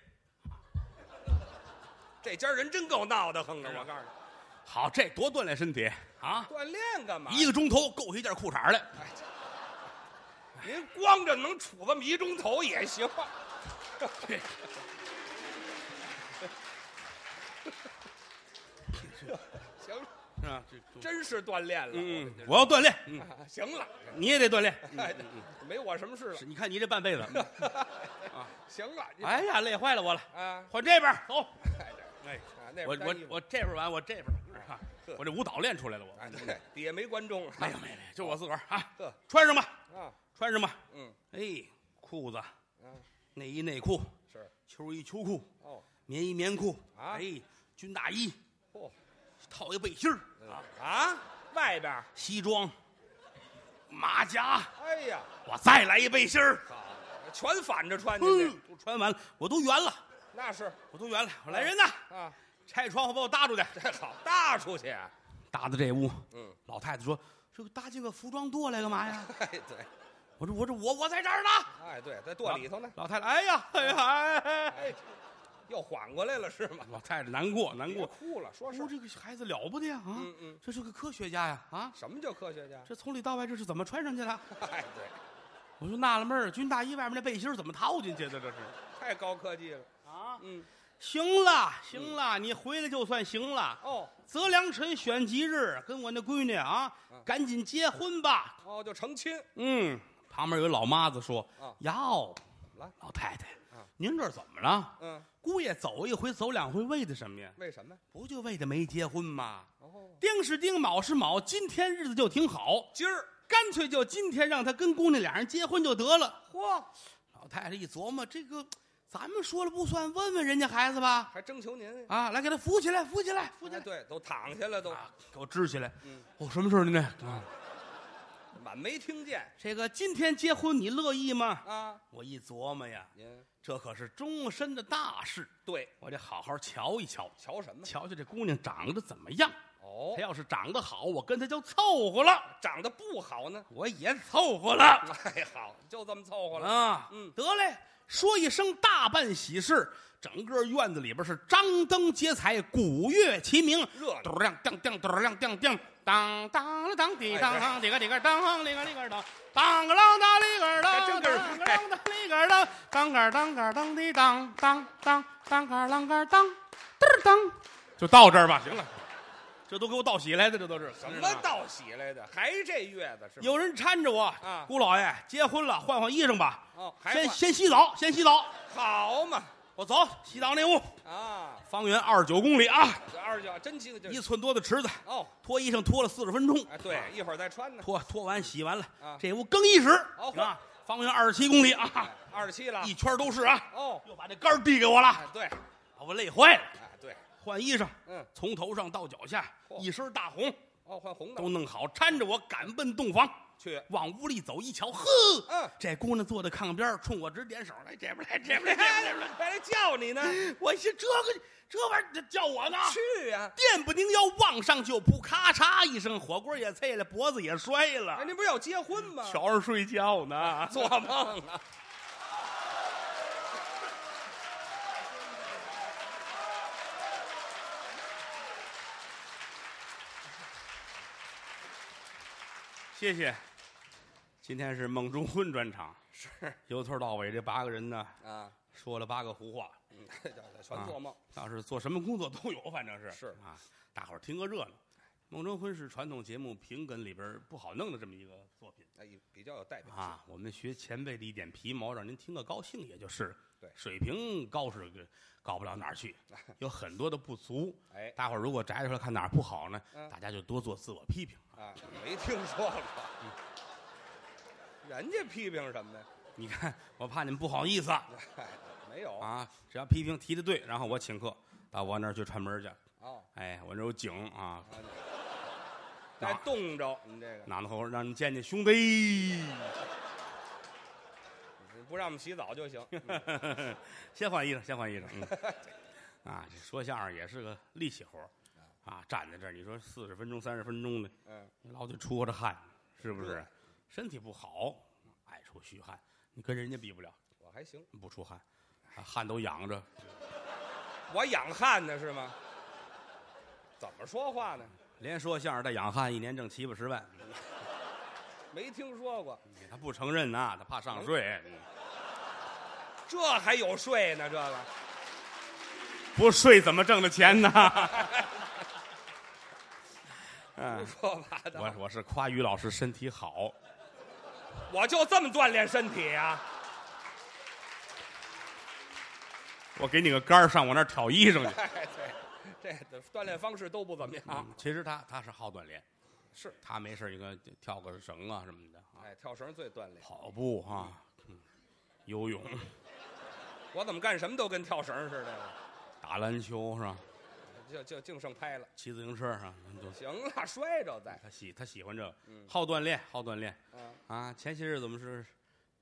S3: 这家人真够闹的哼的，我告诉你，
S2: 好，这多锻炼身体啊！
S3: 锻炼干嘛？
S2: 一个钟头够一件裤衩儿来，
S3: 哎，这您光着能杵这么一钟头也行。行了，
S2: 是吧？这
S3: 真是锻炼了。
S2: 嗯，
S3: 我
S2: 我要锻炼，嗯，
S3: 啊 *laughs* 行了，
S2: 你也得锻炼。
S3: 哎没我什么事了
S2: 是。你看你这半辈子，嗯
S3: *laughs* 啊行了，你
S2: 哎呀，累坏了我了。
S3: 啊，
S2: 换这边儿走，
S3: 哎这
S2: 哎，
S3: 啊那
S2: 我
S3: 边
S2: 我
S3: 单衣服
S2: 我这边儿完，我这边儿啊
S3: 呵
S2: 我这舞蹈练出来了，我
S3: 哎，对，底下没观众。
S2: 没有没有没有，就我自个儿啊
S3: 呵，
S2: 穿上吧，
S3: 啊，
S2: 穿上吧，
S3: 嗯
S2: 哎，裤子、
S3: 嗯，
S2: 内衣、内裤、
S3: 是
S2: 秋衣、秋裤、
S3: 哦，
S2: 棉衣、棉裤，
S3: 啊
S2: 哎，军大衣，
S3: 嚯
S2: 套一背心儿，
S3: 啊，外边儿，
S2: 西装，马甲，
S3: 哎呀，
S2: 我再来一背心儿，
S3: 好，全反着穿，您
S2: 嗯
S3: 这，
S2: 都穿完了，我都圆了，
S3: 那是
S2: 我都圆了，我来人呐，
S3: 啊，
S2: 拆窗户把我搭出去，
S3: 这好搭出去啊，
S2: *laughs* 搭到这屋，
S3: 嗯，
S2: 老太太说：“这个搭进个服装垛来干嘛呀
S3: 哎对，？”
S2: 我说：“我这我我在这儿呢。
S3: 哎对，在垛里头呢”，
S2: 老太太，哎呀，哎呀，哎哎哎
S3: 哎，又缓过来了是吗？
S2: 老太太难过难
S3: 别
S2: 过，
S3: 哭了，说
S2: *laughs* 我
S3: 事
S2: 说
S3: 儿
S2: 这个孩子了不得呀啊，
S3: 嗯嗯
S2: 这是个科学家呀啊，
S3: 什么叫科学家？ *laughs*
S2: 这从里到外这是怎么穿上去的？
S3: 哎对，
S2: 我说纳了闷儿，军大衣外面那背心儿怎么套进去的？这是
S3: 太高科技了，
S2: 啊，
S3: 嗯，
S2: 行了行了，你回来就算行了。
S3: 哦
S2: 择良辰选吉日，跟我那闺女啊，
S3: 嗯
S2: 赶紧结婚吧。
S3: 哦，就成亲，
S2: 嗯，旁边有一老妈子说
S3: 啊：“
S2: 哟，
S3: 怎么了？
S2: 老太太
S3: 啊，
S2: 您这怎么了？
S3: 嗯，
S2: 姑爷走一回，走两回，为的什么呀？
S3: 为什么？
S2: 不就为的没结婚吗？
S3: 哦，
S2: 丁是丁，卯是卯，今天日子就挺好，
S3: 今儿，
S2: 干脆就今天让他跟姑娘俩人结婚就得了。”
S3: 嚯，
S2: 老太太一琢磨，这个咱们说了不算，问问人家孩子吧。
S3: 还征求您，
S2: 啊，来给他扶起来，扶起来，扶起
S3: 哎
S2: 来，
S3: 对，都躺下了都，
S2: 啊，给我支起来。
S3: 哎嗯
S2: 哦，什么事儿您这？啊，
S3: 满没听见
S2: 这个今天结婚你乐意吗？
S3: 啊，
S2: 我一琢磨呀，
S3: 您
S2: 这可是终身的大事，
S3: 对，
S2: 我得好好瞧一瞧，
S3: 瞧什么？
S2: 瞧哎瞧这姑娘长得怎么样。
S3: 哦
S2: 她，要是长得好，我跟她就凑合了，
S3: 长得不好呢？
S2: 我也凑合了
S3: 哎，好，就这么凑合了。
S2: 啊。
S3: 嗯
S2: 得嘞，说一声大办喜事，整个院子里边是张灯结彩，鼓乐齐鸣，
S3: 热闹
S2: 嘟儿亮当当嘟儿亮当当当当了当滴当当滴个滴个当哩个哩个当当个啷当哩个当当个啷当哩个当当个当个当滴当当当当个啷个当嘚儿当，就到这儿吧，行了，这都给我道喜来的，这都是
S3: 什么道喜来的？还这月子是吗？
S2: 有人搀着我
S3: 啊
S2: 姑老爷结婚了，换换衣裳吧。
S3: 哦还
S2: 先
S3: 换
S2: 先洗澡，先洗澡。
S3: 好嘛
S2: 我走，洗澡那屋，
S3: 啊！
S2: 方圆二十九公里啊，
S3: 这二十九真记得就
S2: 一
S3: 是
S2: 寸多的池子，
S3: 哦，
S2: 脱衣裳脱了四十分钟。
S3: 哎对，一会儿再穿呢。
S2: 脱脱完洗完了
S3: 啊，
S2: 这屋更衣室
S3: 哦
S2: 啊，方圆二十七公里啊，
S3: 哎二十七了
S2: 一圈都是啊。
S3: 哦，
S2: 又把这杆儿递给我了，
S3: 哎对，
S2: 把我累坏了。
S3: 哎对，
S2: 换衣裳，
S3: 嗯，
S2: 从头上到脚下，
S3: 嚯
S2: 一身大红
S3: 哦换红的
S2: 都弄好，搀着我赶奔洞房。
S3: 去，
S2: 往屋里走一瞧，呵，
S3: 嗯
S2: 这姑娘坐在炕边儿，冲我直点手，来这边儿来，这边
S3: *laughs*
S2: 儿来，这边儿来。
S3: 还来哎叫你呢，
S2: 我寻这个这玩意儿叫我呢，
S3: 去呀！
S2: 电不宁腰往上就扑，咔嚓一声，火锅也碎了，脖子也摔
S3: 哎，
S2: 了，
S3: 您不是要结婚吗？
S2: 瞧着睡觉呢。
S3: *laughs* 做梦啊！
S2: *laughs* 谢谢，今天是梦中婚专场，
S3: 是
S2: 由头到尾这八个人呢，
S3: 啊，
S2: 说了八个胡话，
S3: 嗯，啊这叫全做梦。
S2: 倒是做什么工作都有，反正是
S3: 是
S2: 啊，大伙儿听个热闹。梦中婚是传统节目评梗里边儿不好弄的这么一个作品
S3: 哎，比较有代表性。
S2: 啊，我们学前辈的一点皮毛，让您听个高兴也就是了。
S3: 对
S2: 水平高是个高不了哪儿
S3: *laughs*
S2: 去，有很多的不足。
S3: 哎
S2: 大伙儿如果摘出来看哪儿不好呢，
S3: 嗯
S2: 大家就多做自我批评。
S3: 啊，没听说
S2: 嗯
S3: 过。人家批评什么呀？
S2: 你看，我怕你们不好意思啊
S3: 哎，没有
S2: 啊，只要批评提的对，然后我请客到我那儿去串门儿去。
S3: 哦，
S2: 哎，我那儿有井啊，
S3: 再
S2: 哪
S3: 冻着你这个，
S2: 哪能后让你见见兄弟。 *laughs*
S3: 你不让我们洗澡就行。
S2: 嗯先换衣裳，先换衣裳。嗯、啊，这说相声也是个力气活儿啊，站在这儿，你说四十分钟、三十分钟的，
S3: *laughs* 嗯，
S2: 你老得出着汗，是不是？身体不好，爱出虚汗，你跟人家比不了，
S3: 我还行，
S2: 不出汗，啊汗都养着。
S3: 我养汉呢是吗？怎么说话呢？
S2: 连说相声带养汉，一年挣七八十万，
S3: 没听说过，
S2: 他不承认呐、他怕上税，
S3: 这还有税呢？这个
S2: 不税怎么挣的 *laughs* 钱呢？
S3: 胡
S2: 嗯，
S3: 说八道，
S2: 我我是夸于老师身体好，
S3: 我就这么锻炼身体啊！ *laughs*
S2: 我给你个杆儿上我那儿挑衣裳去。
S3: 哎，对，这的锻炼方式都不怎么样。
S2: 嗯其实他他是好锻炼，
S3: 是，
S2: 他没事儿一个跳个绳啊什么的啊，
S3: 哎，跳绳最锻炼。
S2: 跑步啊，嗯游泳、
S3: 我怎么干什么都跟跳绳似的呀？
S2: 打篮球是吧？
S3: 就就净剩拍了。
S2: 骑自行车啊，都
S3: 行了， *laughs* 摔着再。
S2: 他喜他喜欢这个，
S3: 嗯
S2: 好锻炼，好锻炼
S3: 嗯，
S2: 啊！前些日子我们是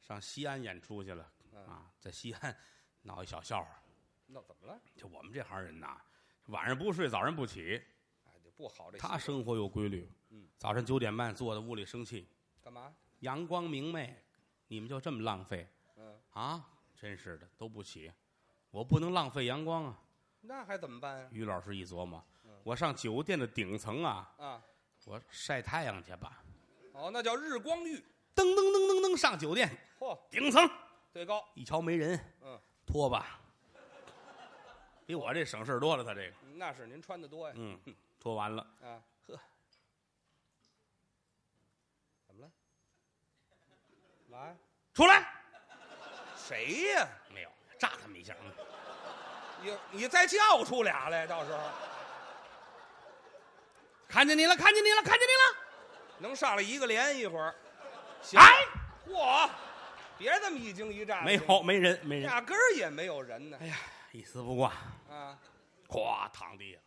S2: 上西安演出去了
S3: 嗯
S2: 啊，在西安闹一小笑话，
S3: 那怎么了？
S2: 就我们这行人呐，晚上不睡，早上不起，
S3: 哎，就不好这习惯。
S2: 他生活有规律
S3: 嗯，
S2: 早晨九点半坐在屋里生气，
S3: 干嘛？
S2: 阳光明媚，你们就这么浪费。
S3: 嗯，
S2: 啊，真是的，都不起，我不能浪费阳光啊！
S3: 那还怎么办呀？
S2: 于老师一琢磨
S3: 嗯，
S2: 我上酒店的顶层啊，
S3: 啊，
S2: 我晒太阳去吧。
S3: 哦，那叫日光浴。
S2: 噔噔噔噔噔，上酒店
S3: 嚯，
S2: 顶层，
S3: 最高。
S2: 一瞧没人，
S3: 嗯，
S2: 脱吧，比我这省事儿多了。他这个，
S3: 嗯那是您穿的多呀。
S2: *laughs* 嗯，脱完了，
S3: 啊，
S2: 嗯呵，
S3: 怎么了？来，
S2: 出来
S3: 谁呀？
S2: 没有？炸他们一下，嗯
S3: 你你再叫出俩来，到时候
S2: 看见你了，看见你了，看见你
S3: 能上来一个连一会儿。行
S2: 了！哎，
S3: 嚯，别这么一惊一乍的，
S2: 没有，没人，没人，
S3: 压根儿也没有人呢
S2: 哎。呀，一丝不挂，
S3: 啊，
S2: 咵躺地下了，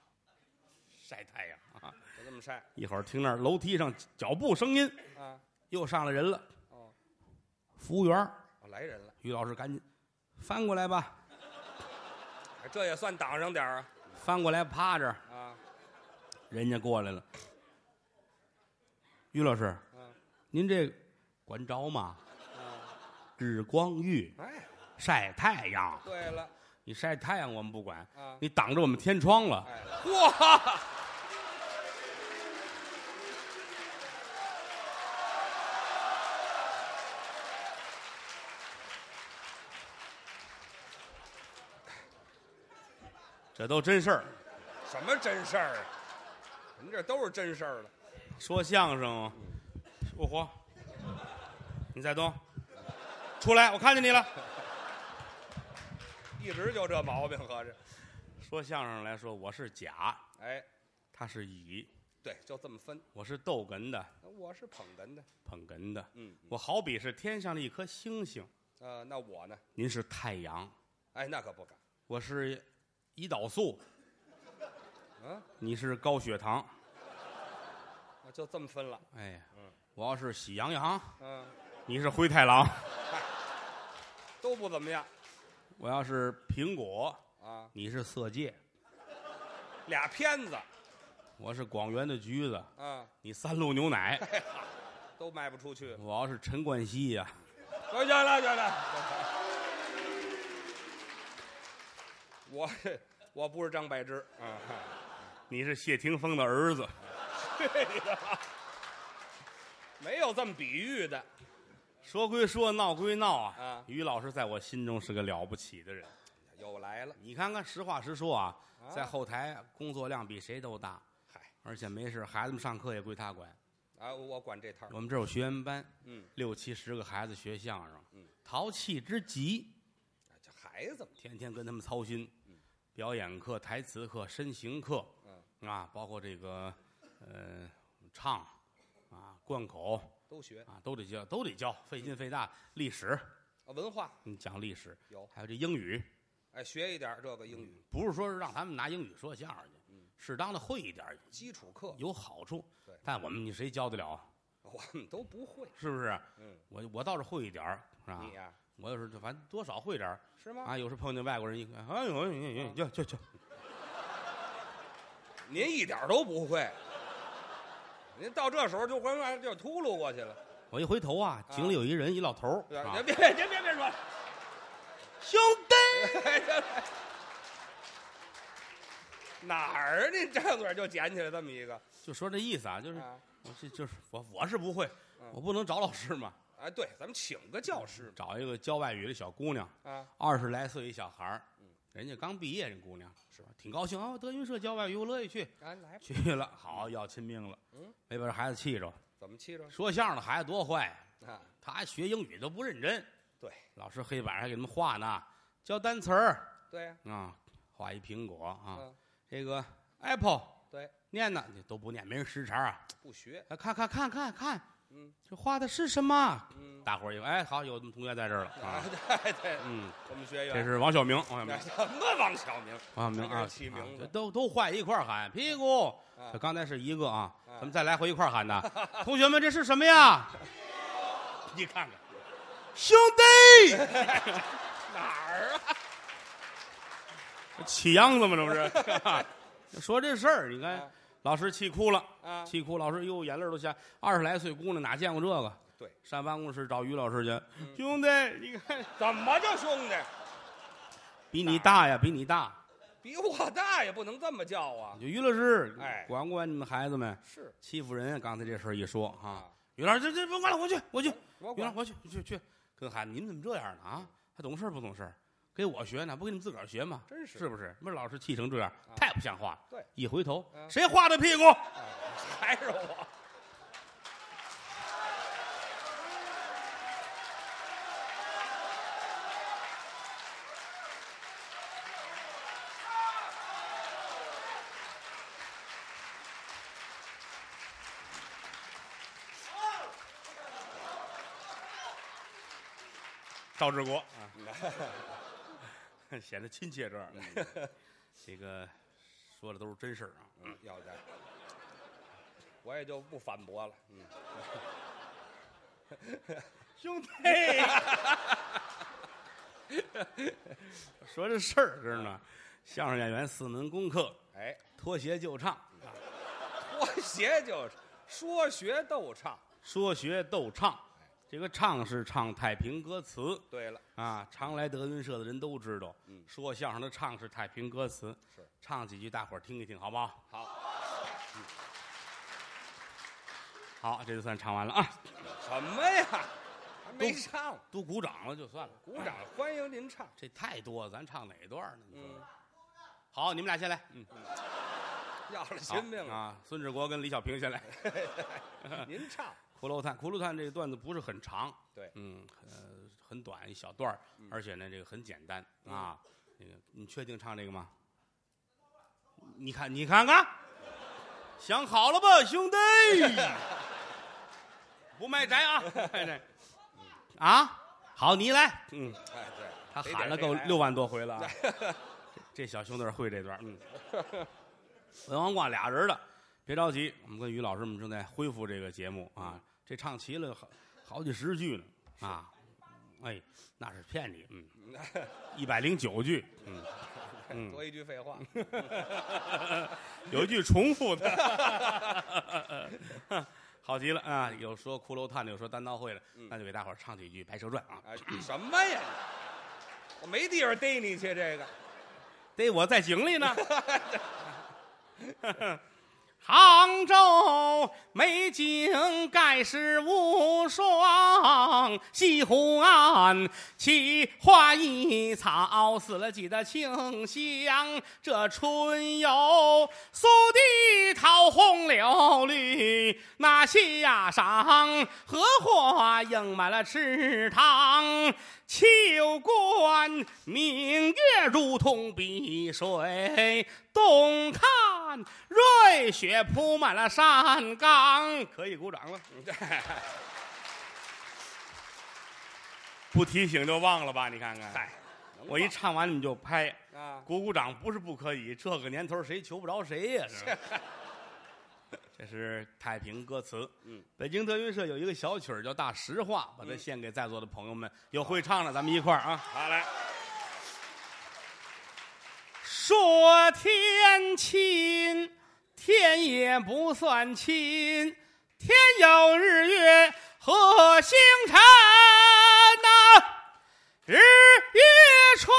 S2: 晒太阳啊！
S3: 就这么晒
S2: 一会儿听那儿楼梯上脚步声音，
S3: 啊。
S2: 又上来人了。
S3: 哦，
S2: 服务员儿，
S3: 哦来人了，
S2: 于老师赶紧翻过来吧，
S3: 哎这也算挡上点儿啊
S2: 翻过来趴这儿，
S3: 啊。
S2: 人家过来了。于老师，
S3: 嗯
S2: 您这个管着吗？嗯
S3: 啊，
S2: 日光浴
S3: 哎，
S2: 晒太阳，
S3: 对了
S2: 你晒太阳我们不管，
S3: 啊，
S2: 你挡着我们天窗了。
S3: 哎，嚯！
S2: *laughs* 这都真事儿。
S3: 什么真事儿啊？我们这都是真事儿了。
S2: 说相声，我活。你在东，出来，我看见你了。
S3: 一直就这毛病，合着。
S2: 说相声来说，我是甲，
S3: 哎，
S2: 他是乙，
S3: 对，就这么分。
S2: 我是逗哏的，
S3: 那我是捧哏的，
S2: 捧哏的。
S3: 嗯，
S2: 我好比是天上的一颗星星，
S3: 呃，那我呢？
S2: 您是太阳，
S3: 哎，那可不敢。
S2: 我是胰岛素，
S3: 嗯，
S2: 你是高血糖。
S3: 那就这么分了。
S2: 哎呀
S3: 嗯，
S2: 我要是喜羊羊，
S3: 嗯，
S2: 你是灰太狼；
S3: 都不怎么样
S2: 我要是苹果，
S3: 啊。
S2: 你是色戒；
S3: 俩片子
S2: 我是广元的橘子，
S3: 啊，
S2: 你三鹿牛 *laughs* 奶；
S3: 都卖不出去。
S2: 我要是陈冠希呀、
S3: 行了，行了。我我不是张柏芝，啊，
S2: *laughs* 你是谢霆锋的儿子。
S3: 没有这么比喻的。
S2: 说归说，闹归闹啊
S3: 啊，
S2: 于老师在我心中是个了不起的人。
S3: 又来了，
S2: 你看看，实话实说啊，
S3: 啊
S2: 在后台工作量比谁都大，
S3: 嗨，
S2: 而且没事，孩子们上课也归他管。
S3: 啊，我管这摊儿。
S2: 我们这儿有学员班，
S3: 嗯，
S2: 六七十个孩子学相声，
S3: 嗯，
S2: 淘气之极，
S3: 这孩子嘛，
S2: 天天跟他们操心
S3: 嗯，
S2: 表演课、台词课、身形课，
S3: 嗯
S2: 啊，包括这个，呃，唱，啊，贯口
S3: 都学
S2: 啊，都得教，都得教，费劲费大。历史，
S3: 啊，文化
S2: 你讲历史，
S3: 有，
S2: 还有这英语，
S3: 哎，学一点儿这个英语
S2: 不是说是让他们拿英语说相声去
S3: 嗯，
S2: 适当的会一点儿
S3: 基础课，
S2: 有好处
S3: 对。
S2: 但我们你谁教得了？
S3: 我们都不会。啊
S2: 是不是？
S3: 嗯，
S2: 我我倒是会一点儿，是吧
S3: 你？呀、
S2: 我有时候反正多少会点儿。
S3: 是吗？
S2: 哎
S3: 啊
S2: 啊，有时碰见外国人一看，哎呦，哎呦，哎呦，就就就，
S3: 您一点都不会。您到这时候就关完就秃噜过去了。
S2: 我一回头啊，井里有一人，一老头儿
S3: 对吧
S2: 啊
S3: 您别 *laughs* 别别别别说了，
S2: 兄弟，
S3: *laughs* 哪儿你张嘴就捡起来这么一个？
S2: 就说这意思啊，就是
S3: 啊
S2: 我这就是我我是不会
S3: 嗯，
S2: 我不能找老师嘛，
S3: 哎，对，咱们请个教师
S2: 找一个教外语的小姑娘，
S3: 嘛啊，
S2: 二十来岁一小孩儿，
S3: 嗯
S2: 人家刚毕业，人姑娘是吧？挺高兴啊，德云社教外语，我乐意去，
S3: 来来吧，
S2: 去了，好要亲命了，
S3: 嗯
S2: 没把这孩子气着。
S3: 怎么气着
S2: 说相声的孩子多坏，
S3: 啊？
S2: 他学英语都不认真，
S3: 对，
S2: 老师黑板上还给他们画呢，教单词儿
S3: 对呀、
S2: 啊，画一苹果啊，
S3: 嗯
S2: 这个 apple
S3: 对，
S2: 念呢你都不念，没人识茬啊，
S3: 不学，
S2: 哎看看看看看，
S3: 嗯，
S2: 这画的是什么？啊
S3: 嗯，
S2: 大伙儿一哎，好，有同学在这儿了啊，，
S3: 啊 *laughs* 对对，
S2: 嗯，
S3: 我们学员
S2: 这是王晓明，王晓明
S3: 那。 *laughs* 什么王晓明？
S2: 王晓明
S3: 这
S2: 啊，
S3: 是起名字
S2: 啊都都换一块儿喊屁股。
S3: 啊
S2: 这刚才是一个啊，
S3: 啊
S2: 咱们再来回一块儿喊的。 *laughs* 同学们，这是什么 *laughs* 呀？
S3: 你看看
S2: 兄弟，
S3: 哪儿啊？
S2: 起秧子嘛，这不是？
S3: *laughs*
S2: 说这事儿，你看
S3: 啊
S2: 老师气哭了，
S3: 啊
S2: 气哭，老师哟，眼泪都下。二十来岁姑娘哪见过这个？
S3: 对，嗯
S2: 上办公室找于老师去。兄弟，你
S3: *laughs*
S2: 看
S3: 怎么就兄弟？
S2: 比你大呀，比你大。
S3: 比我大也不能这么叫啊！
S2: 就于老师，
S3: 哎
S2: 管不管你们孩子们
S3: 是
S2: 欺负人？刚才这事儿一说啊
S3: 啊，
S2: 于老师，这这甭管了，我去，我去。
S3: 我
S2: 于老
S3: 管
S2: 师，我去，去去，跟孩子，你们怎么这样呢？啊，还懂事儿不懂事儿？给我学呢，不给你们自个儿学吗？
S3: 真是啊
S2: 是不是？不是老师气成这样，太不像话了。
S3: 对，
S2: 一回头，
S3: 嗯
S2: 谁画的屁股？
S3: 还是我。
S5: 赵志国啊，
S2: *laughs*
S5: 显得亲切这儿。嗯这个
S2: 说的都是真事儿啊。
S3: 嗯，要的，我也就不反驳了。嗯，
S2: 兄弟， *laughs* 说这事儿知道吗？相声演员四门功课：
S3: 哎，
S2: 脱鞋就唱，
S3: 脱鞋就是说学逗唱。
S2: 说学逗唱。这个唱是唱太平歌词，
S3: 对了，
S2: 啊，常来德云社的人都知道，
S3: 嗯
S2: 说相声的唱是太平歌词，
S3: 是
S2: 唱几句大伙儿听一听，好不好？
S3: 好，
S2: 好，这就算唱完了啊，
S3: 什么呀？还没唱，
S2: 都鼓掌了就算了，
S3: 鼓掌欢迎您唱。
S2: 这太多了，咱唱哪段呢？你说
S3: 嗯，
S2: 好，你们俩先来，嗯，
S3: 要了
S2: 好
S3: 心命了，
S2: 啊！孙志国跟李小平先来，
S3: 您唱。
S2: 骷髅探，骷髅探这个段子不是很长，
S3: 对
S2: 嗯，呃，很短一小段儿而且呢，这个很简单啊。那个，你确定唱这个吗？你看，你看看，想好了吧，兄弟？不卖宅啊，卖宅啊！好，你来，嗯，
S3: 哎，对，
S2: 他
S3: 谁
S2: 喊了
S3: 点谁
S2: 够
S3: 来
S2: 六万多回了啊。这这小兄弟儿会这段儿，嗯， *laughs* 文王挂俩人的，别着急，我们跟于老师我们正在恢复这个节目啊，这唱齐了好好几十句呢啊，哎，那是骗你，嗯，一百零九句，嗯，嗯
S3: 哎多一句废话。哎
S2: 有一句重复的， *laughs* 好极了啊！有说骷髅探的，有说单刀会的，那就给大伙儿唱几句《白蛇传》啊。
S3: 哎，什么呀？我没地方逮你去，这个
S2: 得我在井里呢。 *laughs* 杭州美景盖世无双，西湖岸奇花异草，死了几的清香。这春游苏堤桃红柳绿，那夏赏荷花映满了池塘。秋观明月如同碧水，冬看瑞雪铺满了山岗。可以鼓掌了，
S5: *laughs* 不提醒就忘了吧？你看看，
S2: 嗨，我一唱完你们就拍，
S3: 啊，
S2: 鼓鼓掌不是不可以，这个年头谁求不着谁呀、是吧 *laughs* 这是太平歌词。
S3: 嗯，
S2: 北京德云社有一个小曲儿叫《大实话》，把它献给在座的朋友们，有会唱的咱们一块儿啊。
S5: 好来，
S2: 说天亲天也不算亲，天有日月和星辰呐、日月穿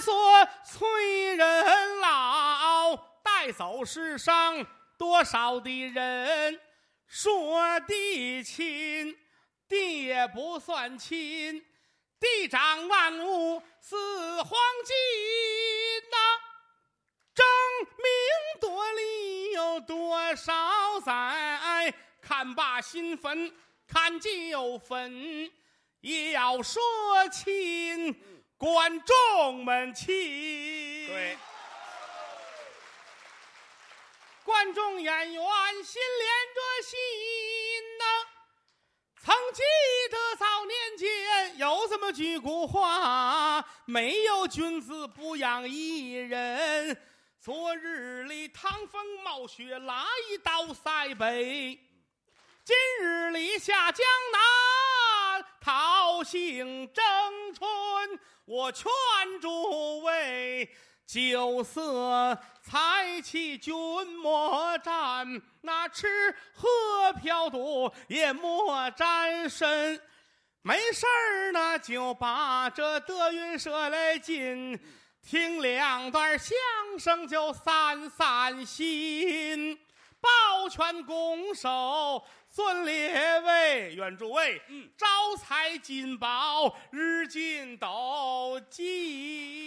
S2: 梭催人老，带走世上多少的人。说地亲，地也不算亲，地长万物似黄金呐、争名夺利有多少载？看罢新坟，看旧坟，也要说亲，观众们亲。
S3: 对，
S2: 观众演员心连着心呐、曾记得早年间有这么句古话：没有君子不养艺人。昨日里趟风冒雪来到塞北，今日里下江南讨杏争春。我劝诸位。酒色财气君莫沾，那吃喝嫖赌也莫沾身。没事儿呢，就把这德云社来进，听两段相声就散散心。抱拳拱手，尊列位，愿诸位，招财进宝，日进斗金。